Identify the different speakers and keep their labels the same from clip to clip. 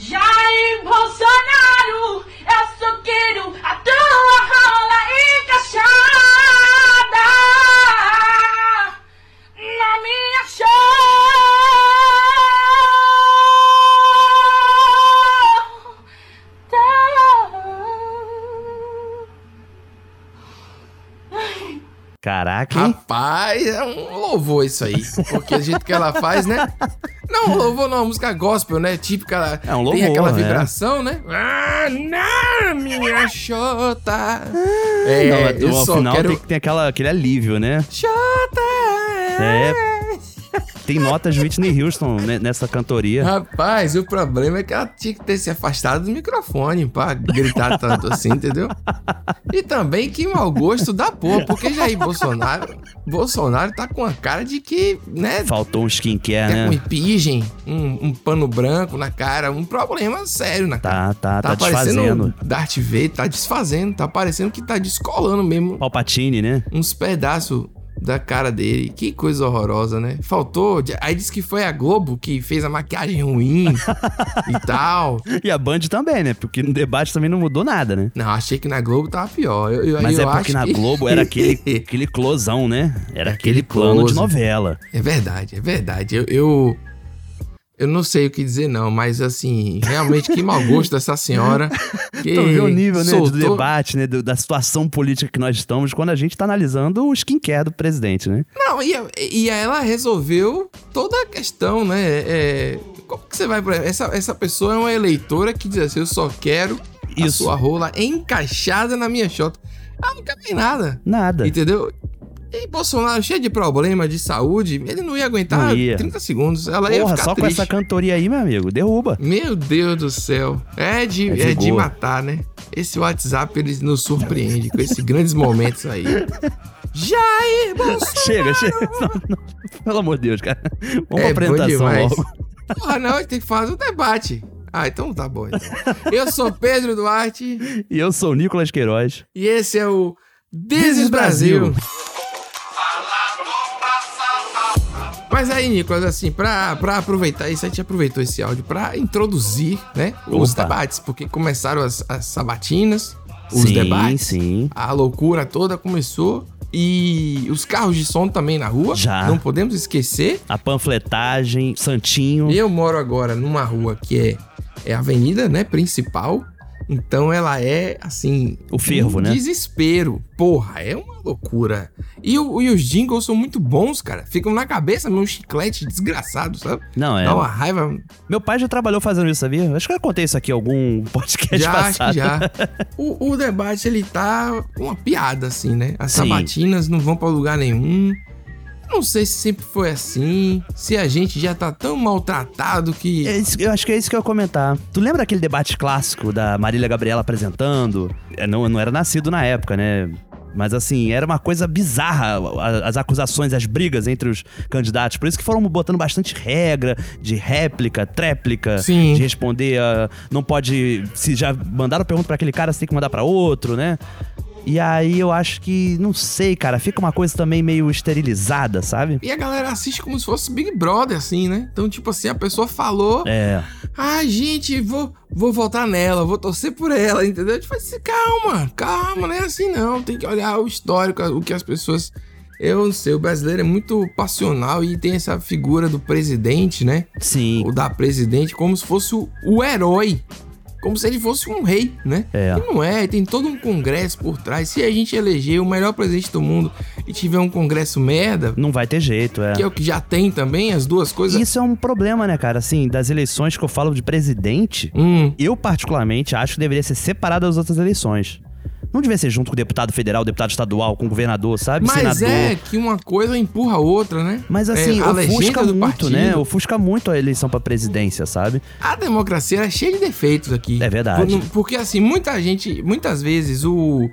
Speaker 1: Jair Bolsonaro, eu só quero a tua rola encaixada na minha Tá. chota.
Speaker 2: Caraca, hein?
Speaker 3: Rapaz, é um louvor isso aí. Porque o jeito que ela faz, né? Não, louvor não, música gospel, né? Típica.
Speaker 2: É um louvor,
Speaker 3: Tem aquela
Speaker 2: né?
Speaker 3: vibração, né? Ah, na minha chota. É,
Speaker 2: Ah, Não,
Speaker 3: eu
Speaker 2: ao
Speaker 3: só
Speaker 2: final
Speaker 3: quero...
Speaker 2: tem, tem aquela, aquele alívio, né?
Speaker 3: Chota.
Speaker 2: É. Tem notas Whitney Houston né, nessa cantoria.
Speaker 3: Rapaz, o problema é que ela tinha que ter se afastado do microfone pra gritar tanto assim, entendeu? E também que mau gosto da porra, porque Jair Bolsonaro, Bolsonaro tá com a cara de que, né,
Speaker 2: Faltou um skincare,
Speaker 3: Até Tá com
Speaker 2: né?
Speaker 3: hipigem, um, um pano branco na cara, um problema sério na cara.
Speaker 2: Tá, tá, tá,
Speaker 3: parecendo
Speaker 2: desfazendo.
Speaker 3: um Darth Vader, tá desfazendo, tá parecendo que tá descolando mesmo
Speaker 2: Palpatine, né?
Speaker 3: uns pedaços da cara dele. Que coisa horrorosa, né? Faltou, aí disse que foi a Globo que fez a maquiagem ruim e tal.
Speaker 2: E a Band também, né? Porque no debate também não mudou nada, né?
Speaker 3: Não, achei que na Globo tava pior. Eu, eu,
Speaker 2: Mas
Speaker 3: eu
Speaker 2: é porque
Speaker 3: acho
Speaker 2: na
Speaker 3: que- É
Speaker 2: Globo era aquele, aquele closão, né? Era
Speaker 3: Aquele
Speaker 2: aquele, plano
Speaker 3: close.
Speaker 2: de novela.
Speaker 3: É verdade, é verdade. Eu, eu, eu não sei o que dizer, não, mas assim, realmente que mau gosto dessa senhora. Que
Speaker 2: Então, vê o nível, né,
Speaker 3: soltou-
Speaker 2: do debate, né, do- da situação política que nós estamos, quando a gente tá analisando o skincare do presidente, né?
Speaker 3: Não, e, e ela resolveu toda a questão, né? É, como que você vai pra. Essa, essa pessoa é uma eleitora que diz assim: eu só quero a
Speaker 2: Isso.
Speaker 3: sua rola encaixada na minha chota. Ela não quer nem nada.
Speaker 2: Nada.
Speaker 3: Entendeu? E Bolsonaro, cheio de problema de saúde, ele não ia aguentar
Speaker 2: Não ia.
Speaker 3: 30 segundos. Ela ia
Speaker 2: Porra,
Speaker 3: ficar
Speaker 2: só com
Speaker 3: triste.
Speaker 2: essa cantoria aí, meu amigo, derruba.
Speaker 3: Meu Deus do céu. É de,
Speaker 2: É
Speaker 3: é
Speaker 2: vigor.
Speaker 3: de matar, né? Esse WhatsApp ele nos surpreende com esses grandes momentos aí. Jair Bolsonaro!
Speaker 2: Chega, chega. Não, não. Pelo amor de Deus, cara. Vamos pra
Speaker 3: É bom
Speaker 2: apresentação
Speaker 3: demais.
Speaker 2: logo.
Speaker 3: Porra, não, a gente tem que fazer um debate. Ah, então tá bom. então. Eu sou Pedro Duarte
Speaker 2: E eu sou o Nicolas Queiroz.
Speaker 3: e esse é o This
Speaker 2: This
Speaker 3: is
Speaker 2: is
Speaker 3: Brasil.
Speaker 2: Brasil.
Speaker 3: Mas aí, Nicolas, assim, pra, pra aproveitar isso, a gente aproveitou esse áudio pra introduzir, né, os
Speaker 2: Opa.
Speaker 3: debates, porque começaram as, as sabatinas, os
Speaker 2: sim,
Speaker 3: debates.
Speaker 2: sim.
Speaker 3: A loucura toda começou e os carros de som também na rua.
Speaker 2: Já.
Speaker 3: Não podemos esquecer.
Speaker 2: A panfletagem, Santinho.
Speaker 3: Eu moro agora numa rua que é, é a avenida, né, principal. Então ela é, assim...
Speaker 2: O fervo,
Speaker 3: um
Speaker 2: né?
Speaker 3: desespero. Porra, é uma loucura. E, o- e os jingles são muito bons, cara. Ficam na cabeça, meu chiclete desgraçado, sabe?
Speaker 2: Não, é.
Speaker 3: Dá uma raiva.
Speaker 2: Meu pai já trabalhou fazendo isso, sabia? Acho que eu contei isso aqui em algum podcast
Speaker 3: já, acho
Speaker 2: passado.
Speaker 3: que já. O, o debate, ele tá uma piada, assim, né? As
Speaker 2: Sim.
Speaker 3: sabatinas não vão pra lugar nenhum. Não sei se sempre foi assim, se a gente já tá tão maltratado que...
Speaker 2: É isso- eu acho que é isso que eu ia comentar. Tu lembra daquele debate clássico da Marília Gabriela apresentando? É, Não, eu não era nascido na época, né? Mas assim, era uma coisa bizarra a- as acusações, as brigas entre os candidatos. Por isso que foram botando bastante regra de réplica, tréplica,
Speaker 3: Sim.
Speaker 2: de responder a. Não pode. Se já mandaram pergunta pra aquele cara, você tem que mandar pra outro, né? E aí eu acho que, não sei, cara, fica uma coisa também meio esterilizada, sabe?
Speaker 3: E a galera assiste como se fosse Big Brother, assim, né? Então, tipo assim, a pessoa falou...
Speaker 2: É.
Speaker 3: Ah, gente, vou, vou votar nela, vou torcer por ela, entendeu? Tipo assim, calma, calma, não é assim não. Tem que olhar o histórico, o que as pessoas. Eu não sei, o brasileiro é muito passional e tem essa figura do presidente, né?
Speaker 2: Sim.
Speaker 3: Ou da presidente, como se fosse o, o herói. Como se ele fosse um rei, né?
Speaker 2: É.
Speaker 3: E não é, tem todo um congresso por trás. Se a gente eleger o melhor presidente do mundo e tiver um congresso merda,
Speaker 2: Não vai ter jeito, é.
Speaker 3: que é o que já tem também, as duas coisas.
Speaker 2: Isso é um problema, né, cara? Assim, das eleições que eu falo de presidente,
Speaker 3: Hum,
Speaker 2: eu particularmente acho que deveria ser separado das outras eleições. Não deveria ser junto com o deputado federal, deputado estadual, com o governador, sabe?
Speaker 3: Mas
Speaker 2: Senador.
Speaker 3: é que uma coisa empurra a outra, né?
Speaker 2: Mas
Speaker 3: É,
Speaker 2: assim,
Speaker 3: a legenda
Speaker 2: ofusca
Speaker 3: do
Speaker 2: muito, né?
Speaker 3: partido.
Speaker 2: Ofusca muito a eleição pra presidência, sabe?
Speaker 3: A democracia é cheia de defeitos aqui.
Speaker 2: É verdade.
Speaker 3: Por- Porque assim, muita gente, muitas vezes o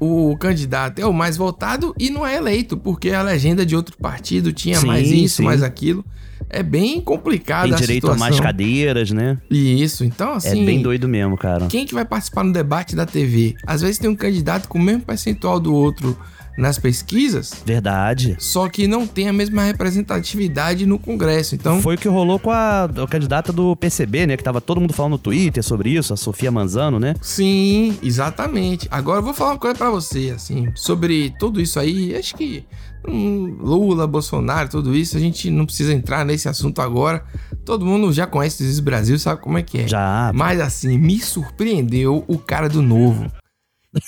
Speaker 3: o candidato é o mais votado e não é eleito, porque a legenda de outro partido tinha
Speaker 2: Sim,
Speaker 3: mais isso,
Speaker 2: sim.
Speaker 3: mais aquilo. É bem complicada
Speaker 2: Tem
Speaker 3: a
Speaker 2: direito
Speaker 3: situação.
Speaker 2: a mais cadeiras, né?
Speaker 3: E isso, então assim,
Speaker 2: É bem doido mesmo, cara.
Speaker 3: quem que vai participar no debate da TV? Às vezes tem um candidato com o mesmo percentual do outro nas pesquisas,
Speaker 2: Verdade.
Speaker 3: só que não tem a mesma representatividade no Congresso. Então,
Speaker 2: Foi o que rolou com a, a candidata do PCB, né? Que tava todo mundo falando no Twitter sobre isso, a Sofia Manzano, né?
Speaker 3: Sim, exatamente. Agora eu vou falar uma coisa pra você, assim, sobre tudo isso aí. Acho que hum, Lula, Bolsonaro, tudo isso, a gente não precisa entrar nesse assunto agora. Todo mundo já conhece esse Brasil, sabe como é que é.
Speaker 2: Já. ah,
Speaker 3: Mas assim, me surpreendeu o cara do novo.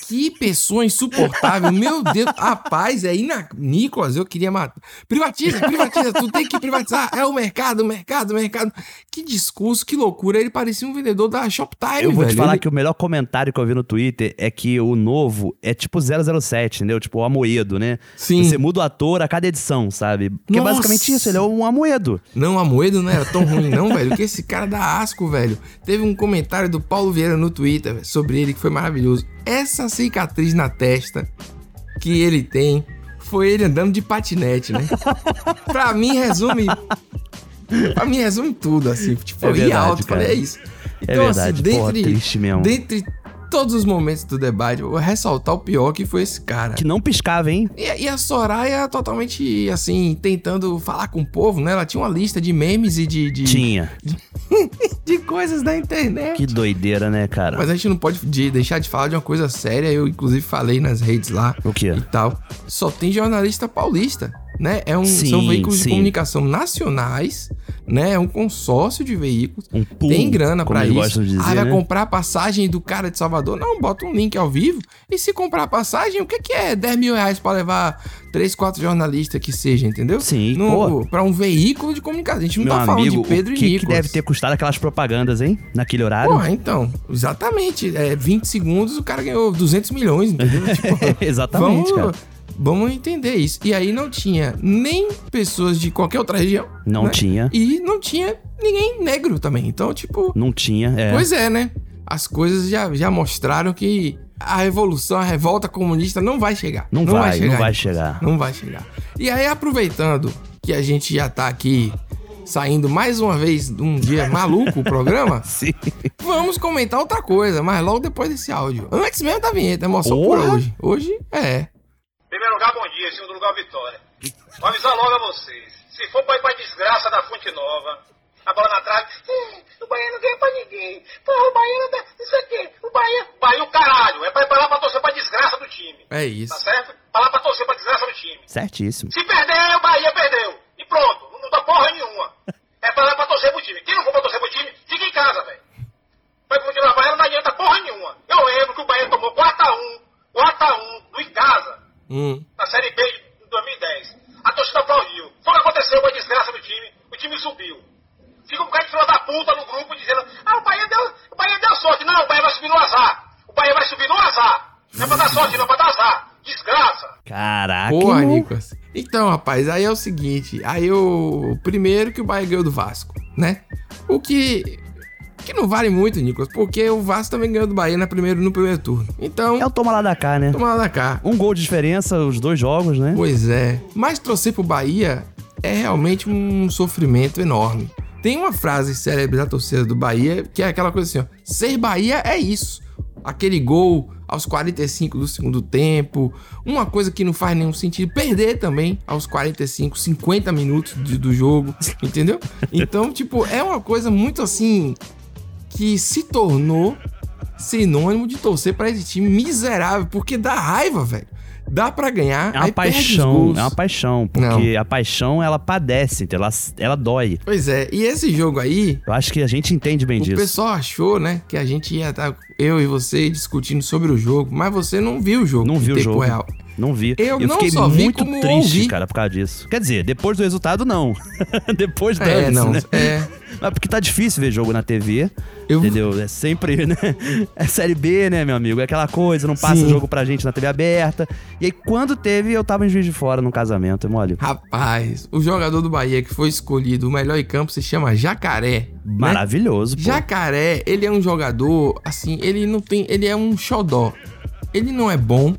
Speaker 3: Que pessoa insuportável, meu Deus, rapaz, é ina... Nicolas, eu queria matar. Privatiza, privatiza, tu tem que privatizar, é o mercado, o mercado, o mercado. Que discurso, que loucura, ele parecia um vendedor da Shoptime,
Speaker 2: Eu vou te
Speaker 3: velho.
Speaker 2: falar
Speaker 3: Ele-
Speaker 2: que o melhor comentário que eu vi no Twitter é que o novo é tipo 007, entendeu? Tipo o Amoedo, né?
Speaker 3: Sim.
Speaker 2: Você muda o ator a cada edição, sabe? Porque é
Speaker 3: Nossa.
Speaker 2: basicamente isso, ele é um Amoedo.
Speaker 3: Não, a Moedo não era tão ruim, não, velho. Que esse cara dá asco, velho. Teve um comentário do Paulo Vieira no Twitter velho, sobre ele que foi maravilhoso. Essa cicatriz na testa que ele tem foi ele andando de patinete, né? pra mim, resume. Pra mim, resume tudo, assim. Tipo,
Speaker 2: É
Speaker 3: eu ri
Speaker 2: verdade,
Speaker 3: alto,
Speaker 2: cara.
Speaker 3: falei, é isso. assim,
Speaker 2: É verdade, porra, triste mesmo.
Speaker 3: dentre todos os momentos do debate, eu vou ressaltar o pior que foi esse cara.
Speaker 2: Que não piscava, hein?
Speaker 3: E, e a Soraya totalmente, assim, tentando falar com o povo, né? Ela tinha uma lista de memes e de, de,
Speaker 2: Tinha.
Speaker 3: de coisas da internet.
Speaker 2: Que doideira, né, cara?
Speaker 3: Mas a gente não pode de- deixar de falar de uma coisa séria. Eu, inclusive, falei nas redes lá
Speaker 2: O quê?
Speaker 3: e tal. Só tem jornalista paulista, né? É um, são
Speaker 2: Sim,
Speaker 3: veículos de
Speaker 2: sim.
Speaker 3: comunicação nacionais, né? É um consórcio de veículos.
Speaker 2: Um pool,
Speaker 3: tem grana
Speaker 2: como
Speaker 3: pra
Speaker 2: eles
Speaker 3: isso.
Speaker 2: gostam de
Speaker 3: ah,
Speaker 2: dizer,
Speaker 3: vai
Speaker 2: né?
Speaker 3: comprar a passagem do cara de Salvador? Não, bota um link ao vivo. E se comprar a passagem, o que, que é 10 mil reais pra levar 3, 4 jornalistas que seja, entendeu?
Speaker 2: Sim,
Speaker 3: no,
Speaker 2: pô.
Speaker 3: Pra um veículo de comunicação. A gente não
Speaker 2: Meu
Speaker 3: tá
Speaker 2: amigo,
Speaker 3: falando de Pedro
Speaker 2: o que,
Speaker 3: e
Speaker 2: que
Speaker 3: Nicolas.
Speaker 2: deve ter custado aquelas propagandas, hein? Naquele horário.
Speaker 3: Porra, então, exatamente. É, 20 segundos, o cara ganhou 200 milhões, entendeu? Tipo,
Speaker 2: Exatamente, cara.
Speaker 3: Vamos entender isso. E aí não tinha nem pessoas de qualquer outra região.
Speaker 2: Não
Speaker 3: né?
Speaker 2: tinha.
Speaker 3: E não tinha ninguém negro também. Então, tipo,
Speaker 2: Não tinha, é.
Speaker 3: pois é, né? As coisas já, já mostraram que a revolução, a revolta comunista não vai chegar.
Speaker 2: Não, vai, não vai
Speaker 3: gente.
Speaker 2: chegar.
Speaker 3: Não vai chegar. E aí, aproveitando que a gente já tá aqui saindo mais uma vez de um dia maluco o programa,
Speaker 2: Sim.
Speaker 3: Vamos comentar outra coisa, mas logo depois desse áudio. Antes mesmo da vinheta, emoção por
Speaker 2: Porra!
Speaker 3: hoje. Hoje é.
Speaker 4: Primeiro lugar, bom dia. Em segundo lugar, vitória. Vou avisar logo a vocês. Se for pra ir pra desgraça da Fonte Nova, a bola na trave, "Hum, o Bahia não ganha pra ninguém. Porra, o Bahia não dá, não sei o quê. O Bahia... Bahia o caralho. É pra ir pra lá pra torcer pra desgraça do time.
Speaker 3: É
Speaker 4: Tá
Speaker 3: isso.
Speaker 4: certo? Pra lá pra torcer pra desgraça do time.
Speaker 2: Certíssimo.
Speaker 4: Se perder, o Bahia perdeu. E pronto. Não dá porra nenhuma. É pra lá pra torcer pro time. Quem não for pra torcer pro time, fica em casa, velho. Vai continuar Bahia, não adianta porra nenhuma. Eu lembro que o Bahia tomou 4x1. 4x1 do em casa
Speaker 3: Hum.
Speaker 4: na Série B de 2010. A torcida aplaudiu. Foi o que aconteceu, uma desgraça no time. O time subiu. Fica um bocado de fila da puta no grupo dizendo: Ah, o Bahia deu, o Bahia deu sorte. Não, o Bahia vai subir no azar. O Bahia vai subir no azar. Não é pra dar sorte, não é pra dar azar. Desgraça.
Speaker 2: Caraca.
Speaker 3: Porra,
Speaker 2: irmão.
Speaker 3: Nicolas. Então, rapaz, aí é o seguinte. Aí o primeiro que o Bahia ganhou do Vasco, né? O que. Que não vale muito, Nicolas, porque o Vasco também ganhou do Bahia na primeiro, no primeiro turno.
Speaker 2: É
Speaker 3: Então,
Speaker 2: o toma lá da cá, né?
Speaker 3: toma lá da cá.
Speaker 2: Um gol de diferença, os dois jogos, né?
Speaker 3: Pois é. Mas torcer pro Bahia é realmente um sofrimento enorme. Tem uma frase célebre da torcida do Bahia que é aquela coisa assim: ó, ser Bahia é isso. Aquele gol aos 45 do segundo tempo, uma coisa que não faz nenhum sentido. Perder também aos 45, 50 minutos de- do jogo, entendeu? Então, tipo, é uma coisa muito assim que se tornou sinônimo de torcer pra esse time miserável, porque dá raiva, velho. Dá pra ganhar,
Speaker 2: É uma
Speaker 3: aí perde os
Speaker 2: paixão,
Speaker 3: gols.
Speaker 2: é uma paixão, porque a paixão ela padece, entendeu? ela, ela dói.
Speaker 3: Pois é, e esse jogo aí,
Speaker 2: Eu acho que a gente entende bem
Speaker 3: o
Speaker 2: disso.
Speaker 3: pessoal achou, né, que a gente ia estar, eu e você, discutindo sobre o jogo, mas você não viu o jogo
Speaker 2: Não
Speaker 3: em
Speaker 2: viu o
Speaker 3: tempo
Speaker 2: jogo.
Speaker 3: real.
Speaker 2: Não vi.
Speaker 3: Eu não
Speaker 2: fiquei
Speaker 3: só vi,
Speaker 2: muito
Speaker 3: como
Speaker 2: triste,
Speaker 3: ouvi.
Speaker 2: cara, por causa disso. Quer dizer, depois do resultado, não. depois da
Speaker 3: É, não,
Speaker 2: né?
Speaker 3: é.
Speaker 2: Mas porque tá difícil ver jogo na TV.
Speaker 3: Eu-
Speaker 2: Entendeu? É sempre, né? É série B, né, meu amigo? É aquela coisa, não passa
Speaker 3: Sim.
Speaker 2: jogo pra gente na TV aberta. E aí, quando teve, eu tava em juiz de fora num casamento, é mole.
Speaker 3: Rapaz, o jogador do Bahia que foi escolhido o melhor em campo se chama Jacaré. né?
Speaker 2: Maravilhoso, pô.
Speaker 3: Jacaré, ele é um jogador, assim, ele não tem. Ele é um xodó. Ele não é bom.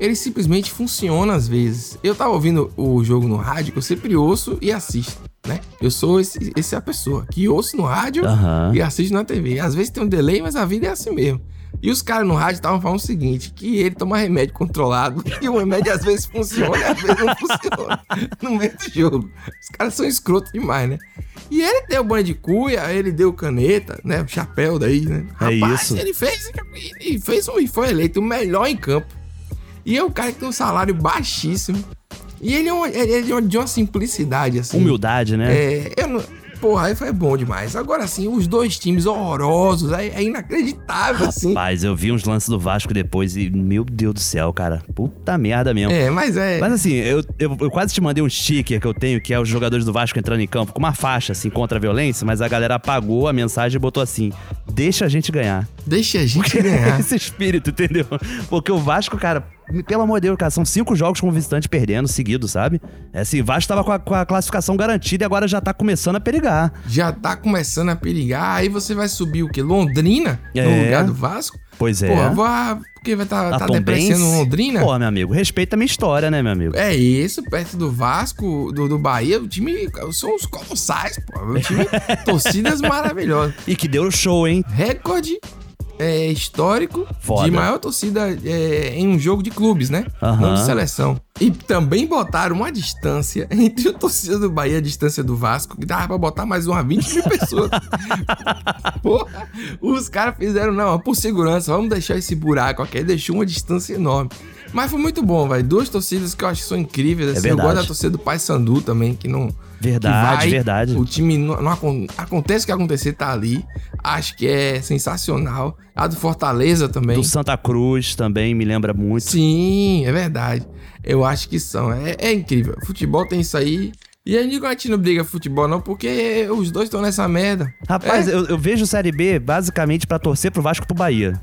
Speaker 3: Ele simplesmente funciona às vezes. Eu tava ouvindo o jogo no rádio, que eu sempre ouço e assisto, né? Eu sou esse, esse a pessoa que ouço no rádio
Speaker 2: Aham.
Speaker 3: e assisto na TV. Às vezes tem um delay, mas a vida é assim mesmo. E os caras no rádio estavam falando o seguinte: que ele toma remédio controlado e o remédio às vezes funciona, às vezes não funciona. No meio do jogo. Os caras são escroto demais, né? E ele deu banho de cuia, ele deu caneta, né? O chapéu daí, né?
Speaker 2: É isso.
Speaker 3: ele fez, ele fez um- e foi eleito o melhor em campo. E é um cara que tem um salário baixíssimo. E ele é, um- ele é de uma- de uma simplicidade, assim.
Speaker 2: Humildade, né?
Speaker 3: É, eu não. Porra, aí foi bom demais. Agora sim, os dois times horrorosos, é, é inacreditável, assim.
Speaker 2: Mas eu vi uns lances do Vasco depois e, meu Deus do céu, cara. Puta merda mesmo.
Speaker 3: É, mas é.
Speaker 2: Mas assim, eu, eu, eu quase te mandei um sticker que eu tenho, que é os jogadores do Vasco entrando em campo com uma faixa, assim, contra a violência, mas a galera apagou a mensagem e botou assim: deixa a gente ganhar.
Speaker 3: Deixa a gente ganhar.
Speaker 2: Esse espírito, entendeu? Porque o Vasco, cara, pelo amor de Deus, cara, são cinco jogos com o visitante perdendo seguido, sabe? É assim, o Vasco tava com a, com a classificação garantida e agora já tá começando a perigar.
Speaker 3: Já tá começando a perigar. Aí você vai subir o quê? Londrina?
Speaker 2: É.
Speaker 3: No lugar do Vasco?
Speaker 2: Pois é.
Speaker 3: Porra, vá- porque vai tá, tá
Speaker 2: Tombense?
Speaker 3: depreciando Londrina?
Speaker 2: Pô, meu amigo, respeita a minha história, né, meu amigo?
Speaker 3: É isso, perto do Vasco, do, do Bahia, o time são os colossais, pô. O time, torcidas maravilhosas.
Speaker 2: E que deu show, hein?
Speaker 3: Recorde é, histórico
Speaker 2: Foda.
Speaker 3: de maior torcida é, em um jogo de clubes, né?
Speaker 2: Aham.
Speaker 3: Não de seleção. E também botaram uma distância entre o torcida do Bahia e a distância do Vasco, que dava pra botar mais umas 20 mil pessoas. Porra, os caras fizeram, não, por segurança, vamos deixar esse buraco aqui. Aí deixou uma distância enorme. Mas foi muito bom, velho. Duas torcidas que eu acho que são incríveis. assim. eu
Speaker 2: É verdade.
Speaker 3: gosto da torcida do Pai Sandu também, que não.
Speaker 2: Verdade,
Speaker 3: que vai,
Speaker 2: verdade.
Speaker 3: O time, não, não acon- acontece o que acontecer, tá ali. Acho que é sensacional. A do Fortaleza também.
Speaker 2: Do Santa Cruz também me lembra muito.
Speaker 3: Sim, é verdade. Eu acho que são. É, é incrível. Futebol tem isso aí. E a digo que a gente não briga futebol, não, porque os dois estão nessa merda.
Speaker 2: Rapaz,
Speaker 3: É.
Speaker 2: eu, eu vejo Série B basicamente pra torcer pro Vasco e pro Bahia.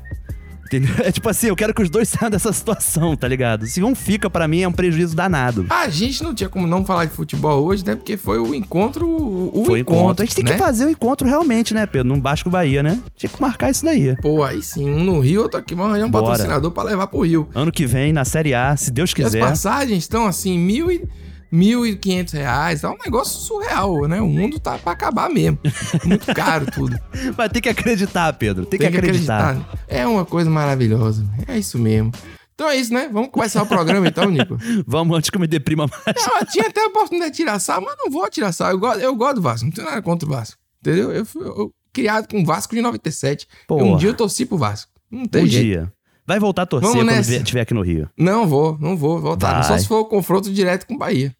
Speaker 2: Entendeu? É tipo assim, eu quero que os dois saiam dessa situação, tá ligado? Se um fica, pra mim, é um prejuízo danado.
Speaker 3: A gente não tinha como não falar de futebol hoje, né? Porque foi o encontro. O encontro.
Speaker 2: Foi o encontro. A gente tem
Speaker 3: né?
Speaker 2: que fazer o encontro realmente, né, Pedro? Num Vasco e Bahia, né? Tinha que marcar isso daí.
Speaker 3: Pô, aí sim, um no Rio, outro aqui. Vamos arranjar um
Speaker 2: Bora.
Speaker 3: patrocinador pra levar pro Rio.
Speaker 2: Ano que vem, na Série A, se Deus
Speaker 3: E as
Speaker 2: quiser.
Speaker 3: passagens estão assim, mil e. Mil e quinhentos reais, tá um negócio surreal, né? O mundo tá pra acabar mesmo. É Muito caro tudo.
Speaker 2: Mas tem que acreditar, Pedro. Tem, que, acreditar.
Speaker 3: É uma coisa maravilhosa. É isso mesmo. Então é isso, né? Vamos começar o programa então, Nico.
Speaker 2: Vamos antes que eu me deprima mais.
Speaker 3: Não, eu tinha até a oportunidade de tirar sarro, mas não vou tirar sarro. Eu gosto, eu gosto do Vasco, não tenho nada contra o Vasco. Entendeu? Eu fui eu- criado com o Vasco de 97.
Speaker 2: Pô.
Speaker 3: Um dia eu torci pro Vasco. Não tem
Speaker 2: Um
Speaker 3: jeito.
Speaker 2: dia. Vai voltar a torcer
Speaker 3: Vamos
Speaker 2: quando
Speaker 3: nessa.
Speaker 2: vier- tiver aqui no Rio.
Speaker 3: Não vou, não vou voltar.
Speaker 2: Vai.
Speaker 3: Só se for o confronto direto com o Bahia.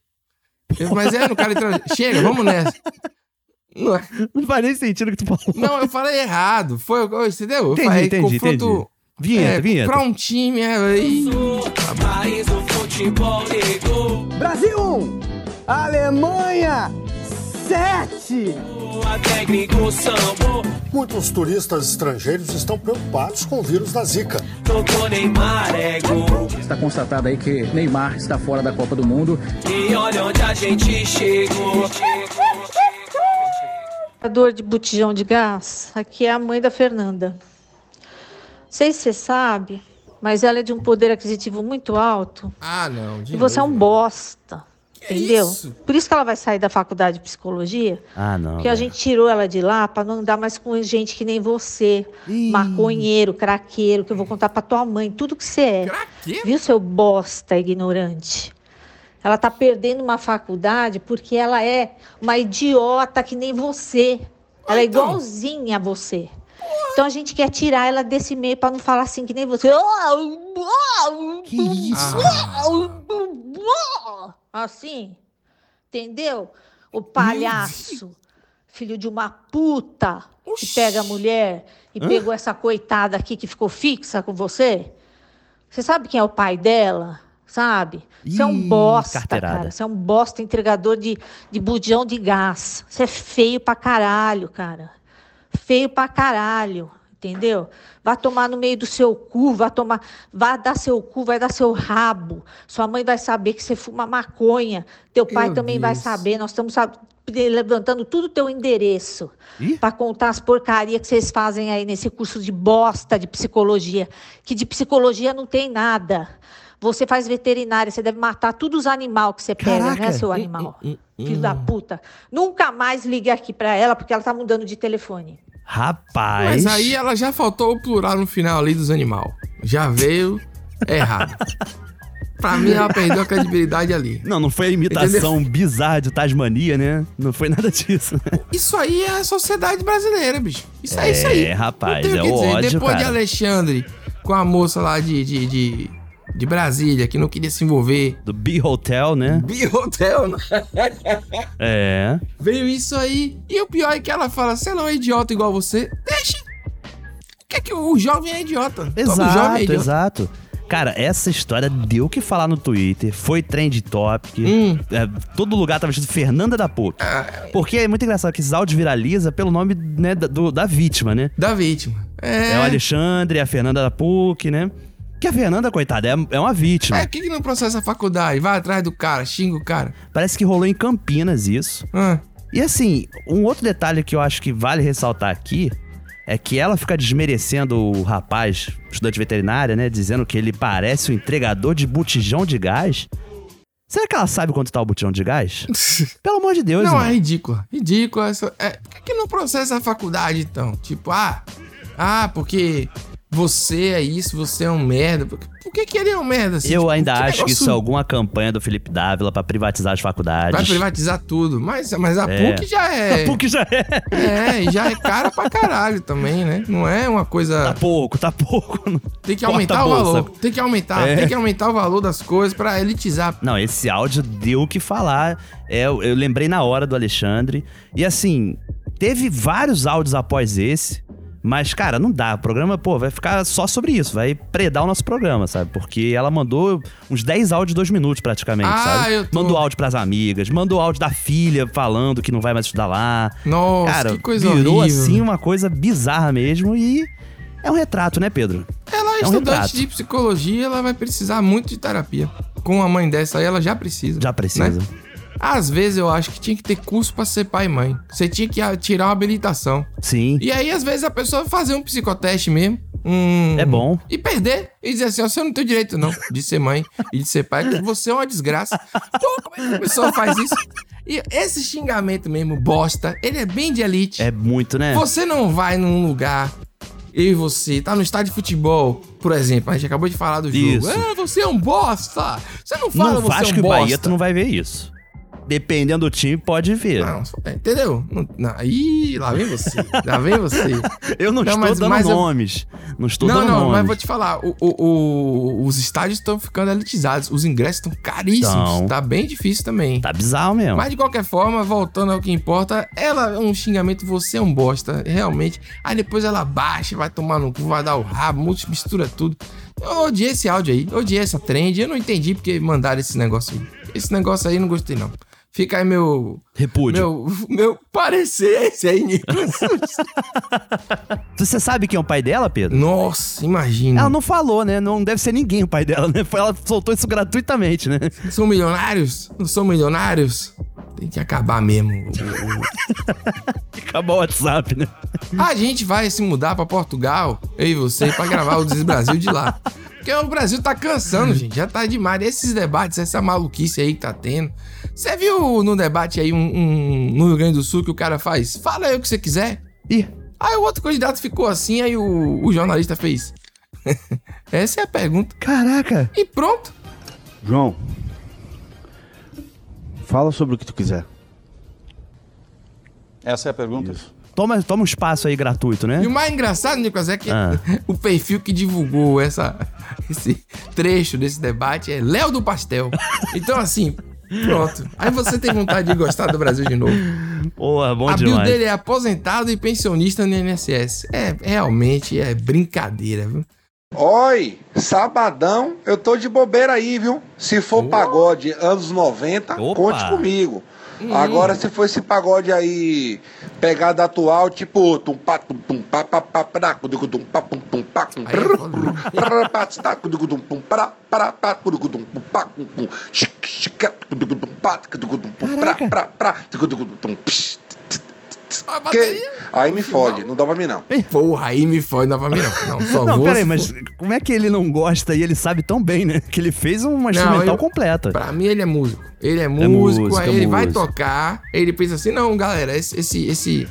Speaker 3: Eu- mas é, no cara entra- Chega, vamos nessa. Não, é-
Speaker 2: Não faz nem sentido o que tu falou.
Speaker 3: não, eu falei errado. Foi, eu- entendeu? Eu
Speaker 2: Entendi,
Speaker 3: falei
Speaker 2: entendi, entendi. Vinheta,
Speaker 3: é,
Speaker 2: vinheta.
Speaker 3: Pra um time, é, aí.
Speaker 5: País do futebol ligou.
Speaker 6: Brasil 1, Alemanha 7.
Speaker 5: A técnico sambou.
Speaker 7: Muitos turistas estrangeiros estão preocupados com o vírus da Zika.
Speaker 5: Tocou Neymar é gol.
Speaker 8: Está constatado aí que Neymar está fora da Copa do Mundo.
Speaker 5: E olha onde a gente chegou.
Speaker 9: A dor de botijão de gás, aqui é a mãe da Fernanda. Não sei se você sabe, mas ela é de um poder aquisitivo muito alto
Speaker 3: Ah, não. de
Speaker 9: e você é
Speaker 3: novo. é
Speaker 9: um bosta. Entendeu?
Speaker 3: isso?
Speaker 9: Por isso que ela vai sair da faculdade de psicologia,
Speaker 2: Ah, não.
Speaker 9: porque a
Speaker 2: velho.
Speaker 9: gente tirou ela de lá para não andar mais com gente que nem você,
Speaker 2: Ih.
Speaker 9: maconheiro, craqueiro, que eu vou contar para tua mãe, tudo que você é.
Speaker 3: Craqueiro?
Speaker 9: Viu, seu bosta ignorante? Ela tá perdendo uma faculdade porque ela é uma idiota que nem você. Ela é
Speaker 3: Então.
Speaker 9: igualzinha a você. Então a gente quer tirar ela desse meio pra não falar assim que nem você.
Speaker 2: Que isso?
Speaker 9: Assim. Entendeu? O palhaço, filho de uma puta, que
Speaker 3: Oxi.
Speaker 9: pega a mulher e pegou essa coitada aqui que ficou fixa com você. Você sabe quem é o pai dela? Sabe? Você é
Speaker 2: Ih,
Speaker 9: um bosta,
Speaker 2: carteirada.
Speaker 9: cara. Você é um bosta entregador de, de bujão de gás. Você é feio pra caralho, cara. Feio pra caralho, entendeu? Vá tomar no meio do seu cu, vá tomar, vá dar seu cu, vai dar seu rabo. Sua mãe vai saber que você fuma maconha. Teu pai
Speaker 3: Meu
Speaker 9: também vai
Speaker 3: Deus.
Speaker 9: saber. Nós estamos sab- levantando tudo o teu endereço
Speaker 2: Ih.
Speaker 9: pra contar as porcarias que vocês fazem aí nesse curso de bosta de psicologia, que de psicologia não tem nada. Você faz veterinária, você deve matar todos os animais que você pega,
Speaker 2: Caraca.
Speaker 9: né, seu animal? Filho da puta. Nunca mais ligue aqui pra ela, porque ela tá mudando de telefone.
Speaker 2: Rapaz.
Speaker 3: Mas aí ela já faltou o plural no final ali dos animal. Já veio errado. Pra mim, ela perdeu a credibilidade ali.
Speaker 2: Não, não foi a imitação bizarra de Tasmania, né? Não foi nada disso. né?
Speaker 3: Isso aí é a sociedade brasileira, bicho. Isso é, isso aí.
Speaker 2: É, rapaz,
Speaker 3: Não tem
Speaker 2: é
Speaker 3: que
Speaker 2: o ódio,
Speaker 3: Depois de
Speaker 2: cara.
Speaker 3: Alexandre com a moça lá de, de, de, de Brasília, que não queria se envolver.
Speaker 2: Do B Hotel, né?
Speaker 3: Bi Hotel, né?
Speaker 2: É.
Speaker 3: Veio isso aí. E o pior é que ela fala: se ela é um idiota igual você, deixa. Quer que o jovem é idiota? Todo jovem é
Speaker 2: Exato,
Speaker 3: idiota.
Speaker 2: exato. Cara, essa história deu o que falar no Twitter, foi trend topic,
Speaker 3: Hum.
Speaker 2: é, todo lugar tava escrito Fernanda da PUC. Porque é muito engraçado que esses áudios viraliza pelo nome né, da, do- da vítima, né?
Speaker 3: Da vítima. É.
Speaker 2: É o Alexandre, a Fernanda da PUC, né? Que a Fernanda, coitada, é, é uma vítima.
Speaker 3: É, por que, que não processa a faculdade? Vai atrás do cara, xinga o cara.
Speaker 2: Parece que rolou em Campinas isso.
Speaker 3: Ah,
Speaker 2: E assim, um outro detalhe que eu acho que vale ressaltar aqui é que ela fica desmerecendo o rapaz, estudante veterinária, né? Dizendo que ele parece o entregador de botijão de gás. Será que ela sabe quanto tá o botijão de gás? Pelo amor de Deus,
Speaker 3: não, é
Speaker 2: mano.
Speaker 3: ridícula. Ridícula. Essa, é, por que, que não processa a faculdade, então? Tipo, ah, ah, porque você é isso, você é um merda. Por, por que, que ele é um merda? assim?
Speaker 2: Eu
Speaker 3: Tipo,
Speaker 2: ainda acho que
Speaker 3: negócio
Speaker 2: isso é alguma campanha do Felipe Dávila pra privatizar as faculdades.
Speaker 3: Vai privatizar tudo. Mas, mas a
Speaker 2: É.
Speaker 3: PUC já é.
Speaker 2: A PUC já é.
Speaker 3: É, e já é cara pra caralho também, né? Não é uma
Speaker 2: Tá
Speaker 3: coisa.
Speaker 2: pouco, tá pouco.
Speaker 3: Tem que
Speaker 2: Corta
Speaker 3: aumentar
Speaker 2: a
Speaker 3: o
Speaker 2: bolsa.
Speaker 3: valor. Tem que aumentar.
Speaker 2: É.
Speaker 3: Tem que aumentar o valor das coisas pra elitizar.
Speaker 2: Não, esse áudio deu o que falar. É, eu eu lembrei na hora do Alexandre. E assim, teve vários áudios após esse. Mas, cara, não dá. O programa, pô, vai ficar só sobre isso. Vai predar o nosso programa, sabe? Porque ela mandou uns 10 áudios de dois minutos, praticamente,
Speaker 3: Ah,
Speaker 2: sabe?
Speaker 3: eu tô-
Speaker 2: Mandou áudio pras amigas, mandou áudio da filha falando que não vai mais estudar lá.
Speaker 3: Nossa,
Speaker 2: cara,
Speaker 3: que coisa
Speaker 2: virou
Speaker 3: horrível.
Speaker 2: assim uma coisa bizarra mesmo e é um retrato, né, Pedro?
Speaker 3: Ela é,
Speaker 2: É um
Speaker 3: estudante
Speaker 2: retrato.
Speaker 3: de psicologia, ela vai precisar muito de terapia. Com a mãe dessa aí, ela já precisa.
Speaker 2: Já tá. precisa.
Speaker 3: né? Às vezes eu acho que tinha que ter curso pra ser pai e mãe. Você tinha que ah, tirar uma habilitação.
Speaker 2: Sim.
Speaker 3: E aí, às vezes, a pessoa fazer um psicoteste mesmo. Um...
Speaker 2: É bom.
Speaker 3: E perder. E dizer assim, ó, você não tem direito, não, de ser mãe e de ser pai, que você é uma desgraça. Pô, como é que a pessoa faz isso? E esse xingamento mesmo, bosta, ele é bem de elite.
Speaker 2: É muito, né?
Speaker 3: Você não vai num lugar, eu e você, tá no estádio de futebol, por exemplo, a gente acabou de falar do jogo.
Speaker 2: Isso.
Speaker 3: Ah, você é um bosta! Você não fala,
Speaker 2: no
Speaker 3: você
Speaker 2: Vasco
Speaker 3: é um
Speaker 2: e
Speaker 3: bosta.
Speaker 2: Bahia, tu não vai ver isso. Dependendo do time, pode ver.
Speaker 3: Não, só- é, entendeu? Não, não, aí, lá vem você, lá vem você.
Speaker 2: eu não,
Speaker 3: Não,
Speaker 2: estou
Speaker 3: mas-
Speaker 2: dando
Speaker 3: mas eu-
Speaker 2: nomes. Não estou
Speaker 3: não,
Speaker 2: dando
Speaker 3: não,
Speaker 2: nomes.
Speaker 3: mas vou te falar, o- o- o- os estádios estão ficando elitizados, os ingressos estão caríssimos,
Speaker 2: Então.
Speaker 3: tá bem difícil também.
Speaker 2: Tá bizarro mesmo.
Speaker 3: Mas de qualquer forma, voltando ao que importa, ela é um xingamento, você é um bosta, realmente. Aí depois ela baixa, vai tomar no cu, vai dar o rabo, multi- mistura tudo. Eu odiei esse áudio aí, odiei essa trend, eu não entendi porque mandaram esse negócio aí. Esse negócio aí eu não gostei não. Fica aí meu.
Speaker 2: Repúdio.
Speaker 3: Meu, meu parecer é esse aí, Nicolas.
Speaker 2: Você sabe quem é o pai dela, Pedro?
Speaker 3: Nossa, imagina.
Speaker 2: Ela não falou, né? Não deve ser ninguém o pai dela, né? Foi- Ela soltou isso gratuitamente, né?
Speaker 3: São milionários? Não são milionários? Tem que acabar mesmo o- o- o-
Speaker 2: Acabou o WhatsApp, né?
Speaker 3: A gente vai se mudar pra Portugal, eu e você, pra gravar o Desis Brasil de lá. Porque o Brasil tá cansando, gente. Já tá demais. Esses debates, essa maluquice aí que tá tendo. Você viu no debate aí um, um- no Rio Grande do Sul que o cara faz? Fala aí o que você quiser.
Speaker 2: Ih,
Speaker 3: Aí o outro candidato ficou assim, aí o, o jornalista fez. essa é a pergunta.
Speaker 2: caraca.
Speaker 3: E pronto.
Speaker 10: João, fala sobre o que tu quiser.
Speaker 5: Essa é a pergunta?
Speaker 2: Toma, toma um espaço aí gratuito, né?
Speaker 3: E o mais engraçado, Nicolas, é que
Speaker 2: Ah.
Speaker 3: o perfil que divulgou essa, esse trecho desse debate é Léo do Pastel. Então, assim, pronto. Aí você tem vontade de gostar do Brasil de novo.
Speaker 2: Porra, bom
Speaker 3: a bio
Speaker 2: demais.
Speaker 3: dele é aposentado e pensionista no INSS. É, realmente, é brincadeira, viu?
Speaker 11: Oi, sabadão, eu tô de bobeira aí, viu? Se for pagode anos 90,
Speaker 2: Opa.
Speaker 11: conte comigo. Agora, se for esse pagode aí, pegada atual, tipo. Tum, pá, tum, pum, pá, pá, pá, prá, cudugu, dum, pá, pum, pum, pá, pum,
Speaker 3: Aí
Speaker 11: prrr,
Speaker 3: é foda.
Speaker 11: prrr, prrr, pá, tstá, cudugu, dum, pum, prá, prá, pá, cudugu, dum, pum, pá, pum, pum, chic, chica, cudugu, dum, pá, cudugu, dum, pum, prá, prá, prá, cudugu, dum, tum, psh,
Speaker 3: A
Speaker 11: que-
Speaker 3: bateria.
Speaker 11: Aí me fode, não dá pra mim não.
Speaker 3: Porra, aí me foi novamente. Não, não só
Speaker 2: Não,
Speaker 3: vou
Speaker 2: peraí,
Speaker 3: se
Speaker 2: mas como é que ele não gosta e ele sabe tão bem, né? Que ele fez uma instrumental
Speaker 3: eu-
Speaker 2: completa.
Speaker 3: Pra mim, ele é músico. Ele é músico,
Speaker 2: músico,
Speaker 3: aí
Speaker 2: é
Speaker 3: ele vai
Speaker 2: músico.
Speaker 3: tocar. Ele pensa assim: não, galera, esse. esse, esse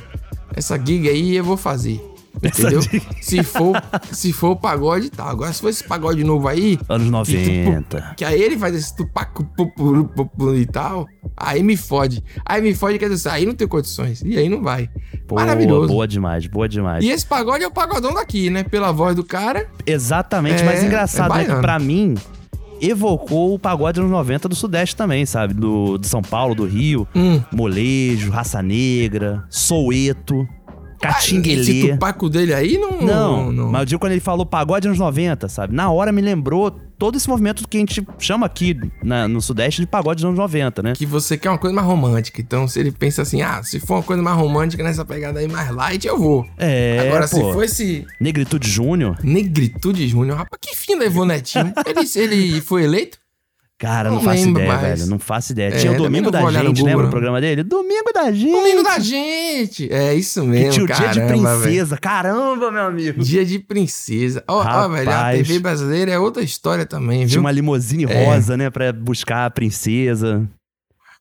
Speaker 3: Essa gig aí eu vou fazer. Entendeu? Se for, se for o pagode, tá. Agora, se for esse pagode novo aí.
Speaker 2: Anos 90.
Speaker 3: Que aí ele faz esse tupacu pupuru, pupuru e tal. Aí me fode. Aí me fode, quer dizer, aí não tem condições. E aí não vai.
Speaker 2: Pô,
Speaker 3: Maravilhoso.
Speaker 2: Boa demais, boa demais.
Speaker 3: E esse pagode é o pagodão daqui, né? Pela voz do cara.
Speaker 2: Exatamente, mas
Speaker 3: É,
Speaker 2: engraçado,
Speaker 3: é
Speaker 2: né? Que
Speaker 3: baiano.
Speaker 2: pra mim, evocou o pagode anos 90 do Sudeste também, sabe? Do, de São Paulo, do Rio.
Speaker 3: hum,
Speaker 2: Molejo, Raça Negra, Soueto, Catinguelê.
Speaker 3: Esse tupaco dele aí não.
Speaker 2: Não, mas eu digo quando ele falou pagode anos 90, sabe? Na hora me lembrou todo esse movimento que a gente chama aqui na- no Sudeste de pagode dos anos 90, né?
Speaker 3: Que você quer uma coisa mais romântica. Então, se ele pensa assim, ah, se for uma coisa mais romântica nessa pegada aí, mais light, eu vou.
Speaker 2: É,
Speaker 3: Agora, se
Speaker 2: pô.
Speaker 3: for esse.
Speaker 2: Negritude Júnior.
Speaker 3: Negritude Júnior, rapaz, que fim levou Netinho? ele, ele foi eleito?
Speaker 2: Cara, não,
Speaker 3: Não
Speaker 2: faço
Speaker 3: lembro
Speaker 2: ideia,
Speaker 3: mais.
Speaker 2: velho. Não faço ideia.
Speaker 3: É,
Speaker 2: Tinha o
Speaker 3: também
Speaker 2: Domingo
Speaker 3: não
Speaker 2: da
Speaker 3: vou olhar no
Speaker 2: Gente,
Speaker 3: Google,
Speaker 2: lembra o
Speaker 3: não.
Speaker 2: programa dele? Domingo da Gente!
Speaker 3: Domingo da Gente! É isso mesmo,
Speaker 2: tinha o Dia de
Speaker 3: caramba,
Speaker 2: Princesa,
Speaker 3: velho.
Speaker 2: caramba, meu amigo!
Speaker 3: Dia de Princesa. Ó, ó, velho, a
Speaker 2: Rapaz.
Speaker 3: TV brasileira é outra história também, viu?
Speaker 2: Tinha uma limousine
Speaker 3: É.
Speaker 2: rosa, né? Pra buscar a princesa.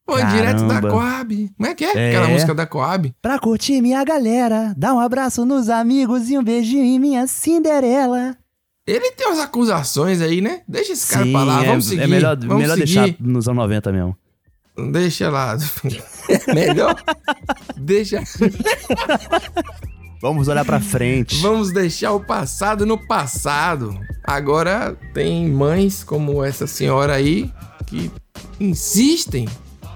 Speaker 3: Pô, direto da
Speaker 2: Caramba.
Speaker 3: Coab. Como é que é,
Speaker 2: É.
Speaker 3: aquela música da Coab?
Speaker 2: Pra curtir minha galera, dá um abraço nos amigos e um beijinho em minha Cinderela.
Speaker 3: Ele tem umas acusações aí, né? Deixa esse cara pra lá,
Speaker 2: é,
Speaker 3: vamos seguir.
Speaker 2: é melhor,
Speaker 3: vamos
Speaker 2: melhor
Speaker 3: seguir.
Speaker 2: deixar nos anos 90 mesmo.
Speaker 3: Deixa lá. Melhor? Deixa.
Speaker 2: Vamos olhar pra frente.
Speaker 3: Vamos deixar o passado no passado. Agora tem mães como essa senhora aí que insistem.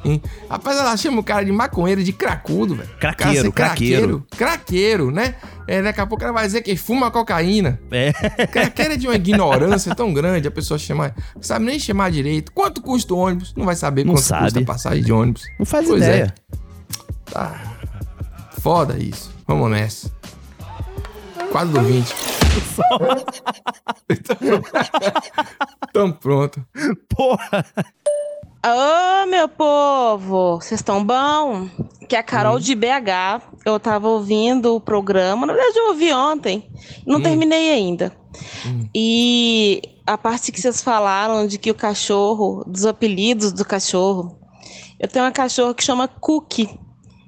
Speaker 3: em- Rapaz, ela chama o cara de maconheiro, de cracudo, velho. O cara
Speaker 2: Craqueiro,
Speaker 3: ser
Speaker 2: craqueiro.
Speaker 3: Craqueiro, né? É, daqui a pouco ela vai dizer que fuma cocaína.
Speaker 2: É.
Speaker 3: Craqueiro é de uma ignorância tão grande, a pessoa chama. Não sabe nem chamar direito. Quanto custa o ônibus? Não vai saber
Speaker 2: Não
Speaker 3: quanto
Speaker 2: sabe.
Speaker 3: custa a passagem de ônibus.
Speaker 2: Não faz
Speaker 3: Pois
Speaker 2: ideia.
Speaker 3: é. Tá. Foda isso. Vamos nessa. Quadro do 20. Tão pronto.
Speaker 2: Porra!
Speaker 12: Ô, meu povo, vocês estão bom? Que é a Carol de BH. Eu tava ouvindo o programa, na verdade eu ouvi ontem, não terminei ainda. E a parte que vocês falaram de que o cachorro, dos apelidos do cachorro, eu tenho uma cachorra que chama Cookie.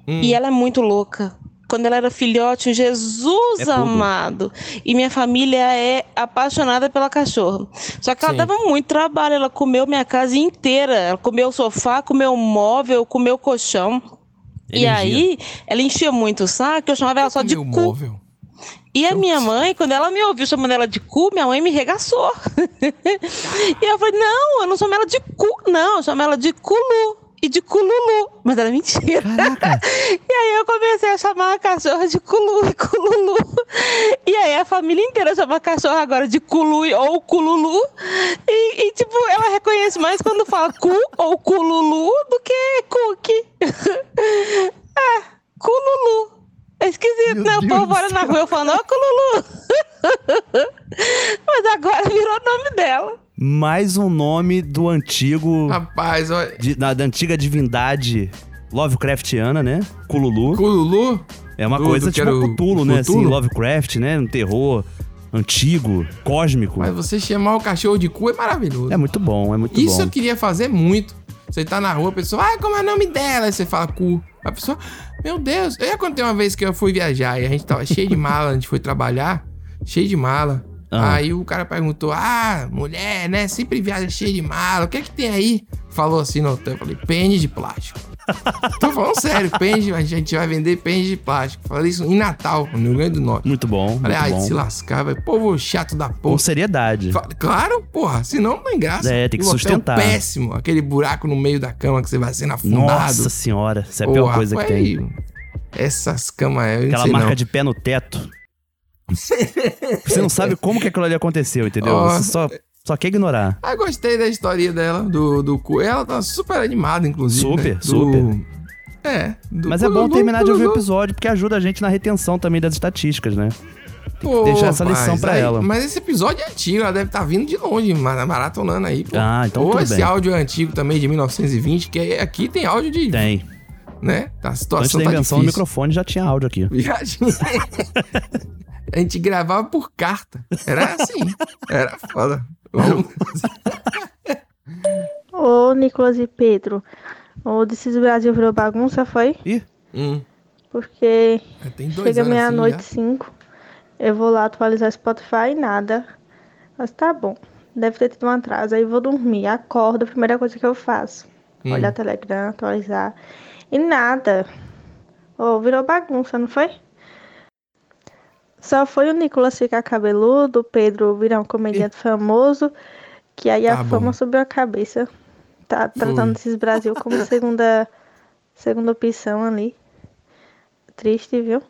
Speaker 13: Hum.
Speaker 12: E ela é muito louca. Quando ela era filhote, um Jesus
Speaker 13: É poodle.
Speaker 12: amado. E minha família é apaixonada pela cachorra. Só que ela
Speaker 13: Sim.
Speaker 12: dava muito trabalho. Ela comeu minha casa inteira. Ela comeu o sofá, comeu o móvel, comeu o colchão. E
Speaker 13: Energia.
Speaker 12: aí, ela enchia muito o saco. Eu chamava ela só de cu. E a minha mãe, quando ela me ouviu chamando ela de cu, minha mãe me regaçou. e eu falei, não, eu não chamo ela de cu, não, eu chamo ela de culu e de cululu. Mas era mentira. e aí eu comecei a chamar a cachorra de culu e cululu. E aí a família inteira chama a cachorra agora de culu e- ou cululu. E, e, tipo, ela reconhece mais quando fala cu ou cululu do que cookie. ah, cululu. É esquisito, né? O povo olha na rua falando, ó, Cululu! é Mas agora virou o nome dela.
Speaker 2: Mais um nome do antigo.
Speaker 3: Rapaz, olha.
Speaker 2: de- da, da antiga divindade Lovecraftiana, né? Cululu.
Speaker 3: Cululu?
Speaker 2: É uma
Speaker 3: Do-
Speaker 2: coisa
Speaker 3: do que
Speaker 2: tipo
Speaker 3: era o-
Speaker 2: Cthulhu, né? Assim,
Speaker 3: Cthulhu?
Speaker 2: Lovecraft, né? Um terror antigo, cósmico.
Speaker 3: Mas você chamar o cachorro de cu é maravilhoso.
Speaker 2: É muito bom, é muito
Speaker 3: Isso
Speaker 2: bom.
Speaker 3: eu queria fazer muito. Você tá na rua, a pessoa, ah, como é o nome dela? Aí você fala cu. A pessoa, meu Deus. Eu contei uma vez que eu fui viajar e a gente tava cheio de mala, a gente foi trabalhar, cheio de mala.
Speaker 14: Ah.
Speaker 3: Aí o cara perguntou, ah, mulher, né? Sempre viaja cheio de mala, o que é que tem aí? Falou assim no hotel, eu falei, pênis de plástico. Tô falando sério, pênis, de- a gente vai vender pênis de plástico. Falei isso em Natal, no Rio Grande do Norte.
Speaker 2: Muito bom.
Speaker 3: Falei,
Speaker 2: muito
Speaker 3: ai,
Speaker 2: bom.
Speaker 3: se lascar, velho. Povo chato da porra.
Speaker 2: Com seriedade.
Speaker 3: Fa- Claro, porra, senão não tem graça.
Speaker 2: É, tem que
Speaker 3: E o hotel
Speaker 2: sustentar.
Speaker 3: péssimo, aquele buraco no meio da cama que você vai sendo afundado.
Speaker 2: Nossa senhora, isso é a pior
Speaker 3: Porra,
Speaker 2: coisa que
Speaker 3: foi
Speaker 2: tem.
Speaker 3: Essas camas, eu não
Speaker 2: Aquela
Speaker 3: sei
Speaker 2: marca
Speaker 3: não.
Speaker 2: de pé no teto. Você não sabe como que aquilo ali aconteceu, entendeu?
Speaker 3: Ó.
Speaker 2: Você só, só quer ignorar.
Speaker 3: Ah, gostei da historinha dela, do, do cu. Ela tá super animada, inclusive.
Speaker 2: Super,
Speaker 3: né? Do-
Speaker 2: super.
Speaker 3: É. do
Speaker 2: Mas é
Speaker 3: cu-
Speaker 2: bom
Speaker 3: do-
Speaker 2: terminar de
Speaker 3: do-
Speaker 2: ouvir o
Speaker 3: do-
Speaker 2: episódio, porque ajuda a gente na retenção também das estatísticas, né?
Speaker 3: Pô,
Speaker 2: deixar essa
Speaker 3: rapaz,
Speaker 2: lição pra
Speaker 3: aí-
Speaker 2: ela.
Speaker 3: Mas esse episódio é antigo, ela deve estar vindo de longe, ma- maratonando aí. Pô.
Speaker 2: Ah, então
Speaker 3: Ou
Speaker 2: tudo
Speaker 3: esse
Speaker 2: bem.
Speaker 3: áudio é antigo também, de 1920, que aí aqui tem áudio de...
Speaker 2: Tem.
Speaker 3: Né? Tá, A
Speaker 2: Antes
Speaker 3: situação
Speaker 2: da
Speaker 3: tá
Speaker 2: invenção do
Speaker 3: difícil.
Speaker 2: microfone já tinha áudio aqui.
Speaker 3: Viagem. A gente gravava por carta. Era assim. Era foda.
Speaker 15: Ô, Nicolas e Pedro, o Decis Brasil virou bagunça, foi?
Speaker 2: Ih.
Speaker 13: Porque
Speaker 3: hum. É, tem dois
Speaker 13: chega
Speaker 3: anos
Speaker 13: meia-noite,
Speaker 3: assim
Speaker 13: cinco. Eu vou lá atualizar Spotify e nada. Mas tá bom. Deve ter tido um atraso. Aí vou dormir. Acordo, a primeira coisa que eu faço.
Speaker 14: Hum.
Speaker 13: Olhar Telegram, atualizar. E nada. Oh, virou bagunça, não foi? Só foi o Nicolas ficar cabeludo, o Pedro virar um comediante famoso, que aí a
Speaker 15: Tá bom.
Speaker 13: fama subiu a cabeça. Tá tratando esses Brasil como segunda, segunda opção ali. Triste, viu?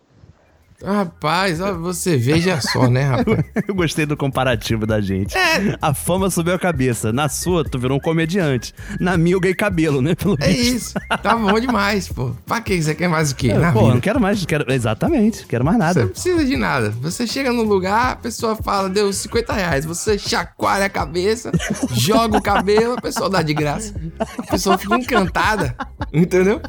Speaker 3: Rapaz, ó, você veja só, né, rapaz?
Speaker 2: Eu gostei do comparativo da gente.
Speaker 3: É.
Speaker 2: A fama subiu a cabeça. Na sua, tu virou um comediante. Na minha, eu ganhei cabelo, né? Pelo
Speaker 3: É isso. Tá bom demais, pô. Pra que você quer mais o quê? Na
Speaker 2: É, Pô,
Speaker 3: vida?
Speaker 2: eu não quero mais. Quero... Exatamente. Quero mais nada.
Speaker 3: Você não precisa de nada. Você chega num lugar, a pessoa fala, deu 50 reais. Você chacoalha a cabeça, joga o cabelo, a pessoa dá de graça. A pessoa fica encantada, entendeu?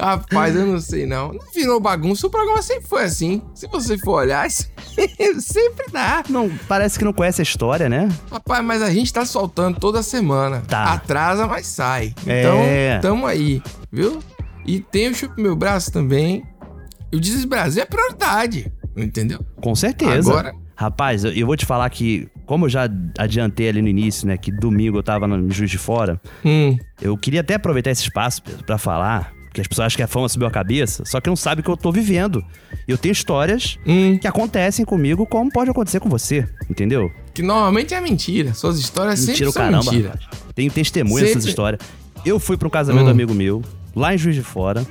Speaker 3: Rapaz, eu não sei não. Não virou bagunça, o programa sempre foi assim. Se você for olhar, sempre dá.
Speaker 2: Não, parece que não conhece a história, né?
Speaker 3: Rapaz, mas a gente tá soltando toda semana. Tá. Atrasa, mas sai. Então,
Speaker 2: É.
Speaker 3: tamo aí, viu? E tem o Chupa Meu Braço também. E o Dizes Brasil é prioridade, entendeu?
Speaker 2: Com certeza.
Speaker 3: Agora-
Speaker 2: Rapaz, eu, eu vou te falar que, como eu já adiantei ali no início, né, que domingo eu tava no Juiz de Fora, eu queria até aproveitar esse espaço Pedro, pra falar, porque as pessoas acham que a fama subiu a cabeça, só que não sabem o que eu tô vivendo. Eu tenho histórias que acontecem comigo, como pode acontecer com você, entendeu?
Speaker 3: Que normalmente é mentira. Suas histórias
Speaker 2: Mentira
Speaker 3: sempre
Speaker 2: o
Speaker 3: são
Speaker 2: caramba.
Speaker 3: mentira.
Speaker 2: rapaz. Tenho testemunha
Speaker 3: Sempre-
Speaker 2: dessas histórias. Eu fui pra um casamento do amigo meu, lá em Juiz de Fora.